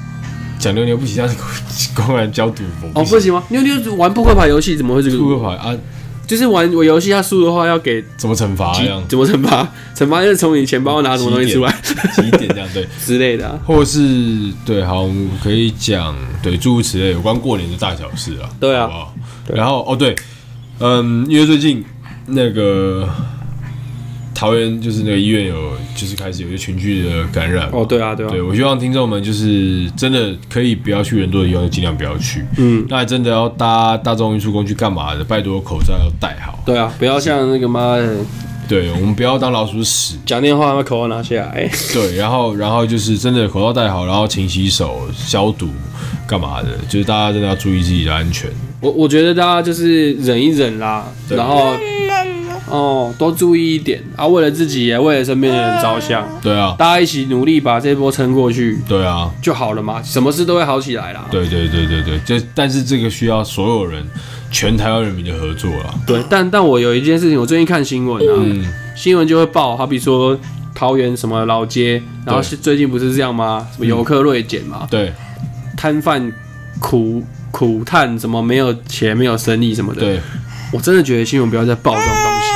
Speaker 1: 讲妞妞不行，但是公然教赌博
Speaker 2: 哦，不行吗？妞妞玩扑克牌游戏怎么会这
Speaker 1: 扑
Speaker 2: 个？
Speaker 1: 克牌啊，
Speaker 2: 就是玩我游戏，他输的话要给
Speaker 1: 怎么惩罚啊这
Speaker 2: 几
Speaker 1: 样？
Speaker 2: 怎么惩罚？惩罚就是从你钱包拿什么东西出来
Speaker 1: 几点这样对？
Speaker 2: 之类的、啊。
Speaker 1: 或者是对，好，我们可以讲对诸如此类有关过年的大小事啊，
Speaker 2: 对
Speaker 1: 好
Speaker 2: 啊
Speaker 1: 不好？然后哦对，嗯，因为最近那个桃园就是那个医院有就是开始有一些群聚的感染，
Speaker 2: 哦，对啊，对啊，
Speaker 1: 对我希望听众们就是真的可以不要去人多的地方，就尽量不要去。
Speaker 2: 嗯，
Speaker 1: 那真的要搭大众运输工具干嘛的？拜托口罩要戴好。
Speaker 2: 对啊，不要像那个妈的
Speaker 1: 对，我们不要当老鼠屎。
Speaker 2: 讲电话把口罩拿下来。
Speaker 1: 对，然后然后就是真的口罩戴好，然后勤洗手、消毒，干嘛的？就是大家真的要注意自己的安全。
Speaker 2: 我我觉得大家就是忍一忍啦，
Speaker 1: 对
Speaker 2: 然后哦多注意一点啊，为了自己也为了身边的人着想，
Speaker 1: 对啊，
Speaker 2: 大家一起努力把这波撑过去
Speaker 1: 对啊，
Speaker 2: 就好了嘛，什么事都会好起来啦。
Speaker 1: 对对对对对，这但是这个需要所有人、全台湾人民的合作啊。
Speaker 2: 对，但但我有一件事情，我最近看新闻啊，
Speaker 1: 嗯，
Speaker 2: 新闻就会报，好比说桃园什么老街，然后
Speaker 1: 对
Speaker 2: 是最近不是这样吗？什么游客锐减嘛，
Speaker 1: 对嗯
Speaker 2: 摊贩苦苦叹什么没有钱、没有生意什么的。
Speaker 1: 对
Speaker 2: 我真的觉得新闻不要再报这种东西。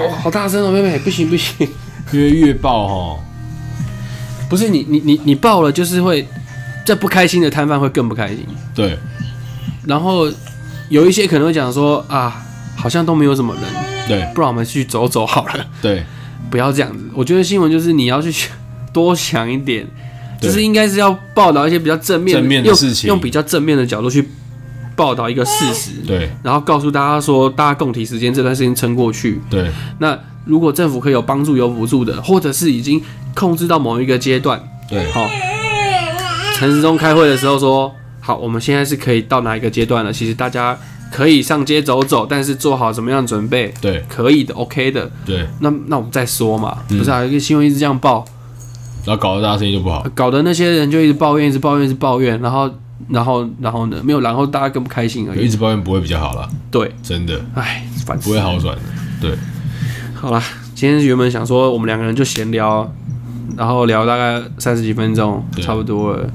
Speaker 1: 对，
Speaker 2: 哦，好大声哦，妹妹，不行不行，
Speaker 1: 因为月报哈，
Speaker 2: 不是你你你你报了，就是会这不开心的摊贩会更不开心，
Speaker 1: 对
Speaker 2: 然后有一些可能会讲说啊，好像都没有什么人，
Speaker 1: 对
Speaker 2: 不然我们去走走好了。
Speaker 1: 对
Speaker 2: 不要这样子。我觉得新闻就是你要去 想多想一点，
Speaker 1: 对
Speaker 2: 就是应该是要报道一些比较正面的、
Speaker 1: 正面的
Speaker 2: 用
Speaker 1: 事情
Speaker 2: 用比较正面的角度去报道一个事实，
Speaker 1: 对
Speaker 2: 然后告诉大家说，大家共体时间这段时间撑过去。
Speaker 1: 对
Speaker 2: 那如果政府可以有帮助、有辅助的，或者是已经控制到某一个阶段，
Speaker 1: 对
Speaker 2: 好、陈时中开会的时候说，好，我们现在是可以到哪一个阶段了？其实大家可以上街走走，但是做好怎么样的准备，
Speaker 1: 对
Speaker 2: 可以的，OK 的。
Speaker 1: 对，
Speaker 2: 那那我们再说嘛，
Speaker 1: 嗯
Speaker 2: 不是啊？一个新闻一直这样报，
Speaker 1: 然后搞得大家生意就不好。
Speaker 2: 搞得那些人就一直抱怨，一直抱怨，一直抱怨，然后然后然后呢？没有，然后大家更不开心而
Speaker 1: 一
Speaker 2: 已。
Speaker 1: 直抱怨不会比较好了，
Speaker 2: 对，
Speaker 1: 真的
Speaker 2: 唉，烦
Speaker 1: 不
Speaker 2: 死
Speaker 1: 会
Speaker 2: 了。
Speaker 1: 好转的。对
Speaker 2: 好啦，今天原本想说我们两个人就闲聊，然后聊大概三十几分钟，
Speaker 1: 对
Speaker 2: 差不多了。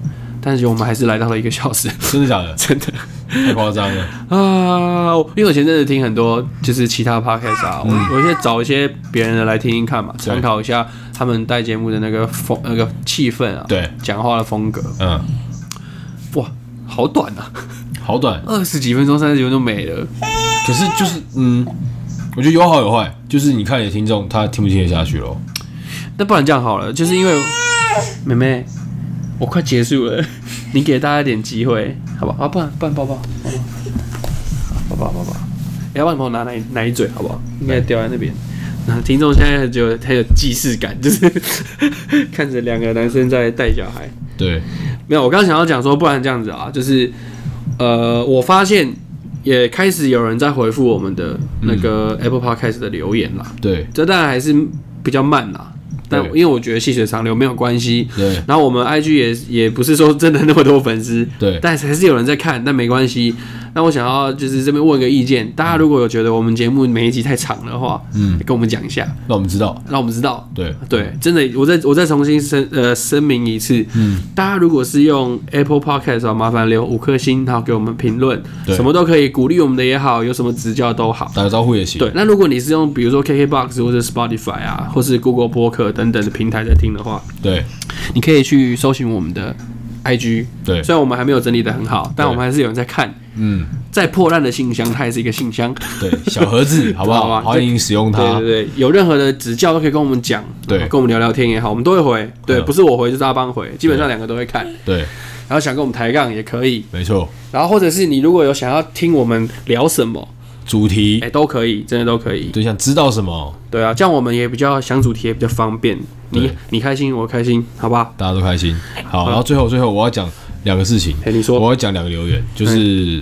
Speaker 2: 但是我们还是来到了一个小时，
Speaker 1: 真的假的？
Speaker 2: 真的
Speaker 1: 太夸张了。
Speaker 2: 啊！因为我前阵子听很多就是其他 podcast 啊，我我现在找一些别人的来听听看嘛，参考一下他们带节目的那个风那个气氛啊，
Speaker 1: 对，
Speaker 2: 讲话的风格。
Speaker 1: 嗯，
Speaker 2: 哇，好短啊，
Speaker 1: 好短，
Speaker 2: 二十几分钟、三十几分钟没了。
Speaker 1: 可是就是嗯，我觉得有好有坏，就是你看你的听众他听不听得下去咯。
Speaker 2: 那不然这样好了，就是因为妹妹，我快结束了，你给大家一点机会，好吧？啊，不然不然抱抱，抱抱，好抱抱抱抱。你要不然你帮我拿奶奶嘴好不好？应该掉在那边。那听众现在就有很有既视感，就是 看着两个男生在带小孩。
Speaker 1: 对
Speaker 2: 没有，我刚刚想要讲说，不然这样子啊，就是呃，我发现也开始有人在回复我们的那个 Apple Podcast 的留言啦。
Speaker 1: 对
Speaker 2: 这当然还是比较慢啦，但
Speaker 1: 对
Speaker 2: 因为我觉得细水长流没有关系。
Speaker 1: 对
Speaker 2: 然后我们 IG 也也不是说真的那么多粉丝，
Speaker 1: 对
Speaker 2: 但还是有人在看，但没关系。那我想要就是这边问个意见，大家如果有觉得我们节目每一集太长的话，
Speaker 1: 嗯，
Speaker 2: 跟我们讲一下，
Speaker 1: 让我们知道。
Speaker 2: 让我们知道。
Speaker 1: 对
Speaker 2: 对，真的，我再我再重新声呃声明一次，嗯，大家如果是用 Apple Podcast 的话麻烦留五颗星，然后给我们评论，
Speaker 1: 对
Speaker 2: 什么都可以，鼓励我们的也好，有什么指教都好。
Speaker 1: 打个招呼也行。
Speaker 2: 对，那如果你是用比如说 KKBox 或者 Spotify 啊，或是 Google 播客等等的平台在听的话，
Speaker 1: 对
Speaker 2: 你可以去搜寻我们的 IG。
Speaker 1: 对
Speaker 2: 虽然我们还没有整理的很好，但我们还是有人在看。
Speaker 1: 嗯，
Speaker 2: 再破烂的信箱，它也是一个信箱。
Speaker 1: 对，小盒子 好不
Speaker 2: 好
Speaker 1: 好？
Speaker 2: 吧
Speaker 1: 欢迎使用
Speaker 2: 对
Speaker 1: 它。
Speaker 2: 对对，有任何的指教都可以跟我们讲，
Speaker 1: 对
Speaker 2: 跟我们聊聊天也好，我们都会回。对，
Speaker 1: 嗯
Speaker 2: 不是我回就是阿邦回，基本上两个都会看。
Speaker 1: 对，
Speaker 2: 然后想跟我们抬杠也可以，
Speaker 1: 没错。
Speaker 2: 然后或者是你如果有想要听我们聊什么，
Speaker 1: 主题
Speaker 2: 哎、，都可以，真的都可以。
Speaker 1: 对象知道什么，
Speaker 2: 对啊，这样我们也比较想主题也比较方便。你
Speaker 1: 对
Speaker 2: 你开心，我开心，好不好？
Speaker 1: 大家都开心。好，然后最后最后我要讲两个事情，
Speaker 2: 哎、你
Speaker 1: 我
Speaker 2: 说，
Speaker 1: 要讲两个留言，就是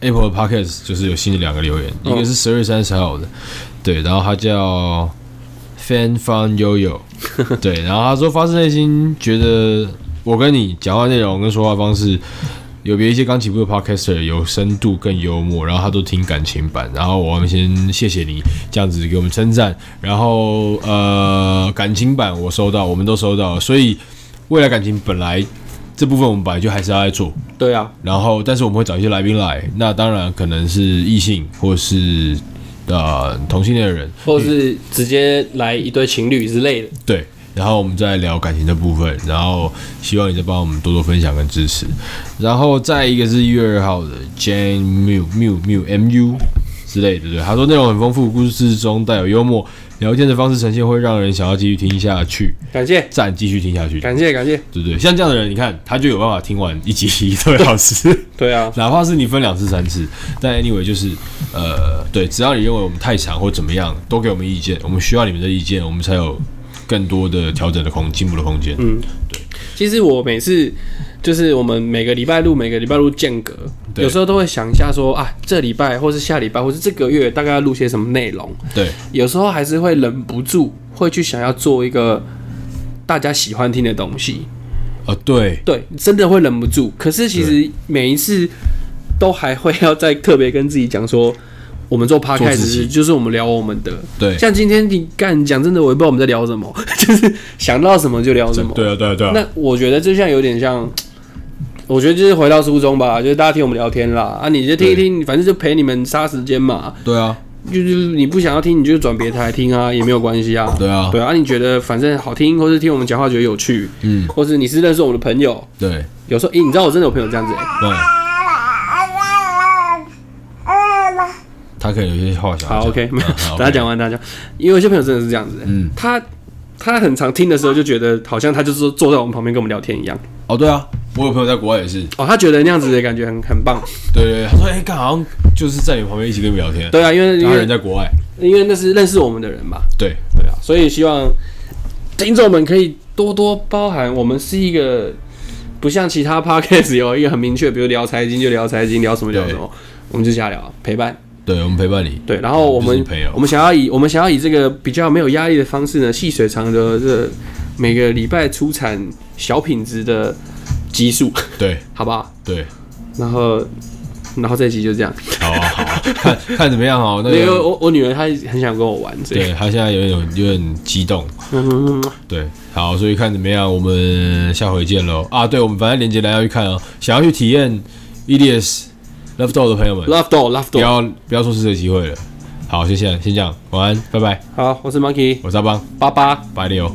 Speaker 1: Apple Podcast 就是有新的两个留言，一
Speaker 2: 嗯
Speaker 1: 个是十月三十号的，对，然后他叫 Fan Fun Yoyo，对，然后他说发自内心觉得我跟你讲话内容跟说话方式。有别一些刚起步的 podcaster 有深度更幽默，然后他都听感情版，然后我们先谢谢你这样子给我们称赞，然后呃感情版我收到，我们都收到了，所以未来感情本来这部分我们本来就还是要在做，
Speaker 2: 对啊，
Speaker 1: 然后，但是我们会找一些来宾来，那当然可能是异性或是呃同性恋的人，
Speaker 2: 或是直接来一对情侣之类的。
Speaker 1: 对。然后我们再聊感情的部分，然后希望你再帮我们多多分享跟支持。然后再一个是一月二号的 Jane Mu Mu Mu M U 之类的，对，他说内容很丰富，故事中带有幽默，聊天的方式呈现会让人想要继续听下去，
Speaker 2: 感谢，
Speaker 1: 赞继续听下去，
Speaker 2: 感谢，感谢。
Speaker 1: 对不对？像这样的人，你看他就有办法听完一集 一个多小时。
Speaker 2: 对啊，
Speaker 1: 哪怕是你分两次、三次，但 anyway 就是，呃，对，只要你认为我们太长或怎么样，都给我们意见，我们需要你们的意见，我们才有更多的调整的空进步的空间。嗯，
Speaker 2: 其实我每次就是我们每个礼拜录，每个礼拜录间隔，
Speaker 1: 对
Speaker 2: 有时候都会想一下说啊，这礼拜或是下礼拜或是这个月大概要录些什么内容。
Speaker 1: 对，
Speaker 2: 有时候还是会忍不住会去想要做一个大家喜欢听的东西。
Speaker 1: 呃，对，
Speaker 2: 对，真的会忍不住。可是其实每一次都还会要再特别跟自己讲说，我们做 podcast
Speaker 1: 做自己
Speaker 2: 是就是我们聊我们的。
Speaker 1: 对
Speaker 2: 像今天你干讲真的，我也不知道我们在聊什么， 就是想到什么就聊什么。
Speaker 1: 对啊，对啊，对啊，
Speaker 2: 那我觉得这像有点像，我觉得就是回到初衷吧，就是大家听我们聊天啦，啊，你就听一听，反正就陪你们杀时间嘛。
Speaker 1: 对啊，
Speaker 2: 就是你不想要听，你就转别台听啊，也没有关系啊。
Speaker 1: 对啊
Speaker 2: 对啊，你觉得反正好听，或是听我们讲话觉得有趣，
Speaker 1: 嗯，
Speaker 2: 或是你是认识我们的朋友，
Speaker 1: 对，
Speaker 2: 有时候，诶、你知道我真的有朋友这样子、欸，
Speaker 1: 那他可能有些话想要
Speaker 2: 好
Speaker 1: 讲
Speaker 2: ，OK，没有
Speaker 1: 嗯 好，
Speaker 2: 等他讲完，等他讲，因为有些朋友真的是这样子、欸，
Speaker 1: 嗯
Speaker 2: 他他很常听的时候就觉得好像他就是坐在我们旁边跟我们聊天一样，
Speaker 1: 哦，对啊，我有朋友在国外也是，
Speaker 2: 哦，他觉得那样子的感觉很很棒，
Speaker 1: 对对，对他说，哎，干好像就是在你旁边一起跟你聊天，
Speaker 2: 对啊，因为因
Speaker 1: 他人
Speaker 2: 为
Speaker 1: 在国外，
Speaker 2: 因为那是认识我们的人嘛，
Speaker 1: 对，
Speaker 2: 对啊，所以希望听众们可以多多包涵，我们是一个不像其他 podcast 有一个很明确，比如聊财经就聊财经，聊什么聊什么，我们就瞎聊陪伴。
Speaker 1: 对，我们陪伴你，
Speaker 2: 对，然后我
Speaker 1: 就是哦
Speaker 2: 们
Speaker 1: 朋友
Speaker 2: 我们想要以我们想要以这个比较没有压力的方式呢，细水长流的这每个礼拜出产小品质的集数，
Speaker 1: 对
Speaker 2: 好不好？
Speaker 1: 对，
Speaker 2: 然后然后这一集就这样。
Speaker 1: 好啊，好啊，看看怎么样哦，那
Speaker 2: 因为
Speaker 1: 个。
Speaker 2: 我我女儿她很想跟我玩这
Speaker 1: 对
Speaker 2: 个，
Speaker 1: 他现在有点有点激动，
Speaker 2: 嗯
Speaker 1: 对，好，所以看怎么样，我们下回见喽啊！对，我们反正连接来要去看哦，想要去体验 EDS Love Door 的朋友们，
Speaker 2: ，love door love
Speaker 1: 不
Speaker 2: door。
Speaker 1: 要不要错失这个机会了。好，谢谢，先这样，晚安，拜拜，
Speaker 2: 好，我是 Monkey
Speaker 1: 我是阿邦，
Speaker 2: 八八。
Speaker 1: 拜六。哦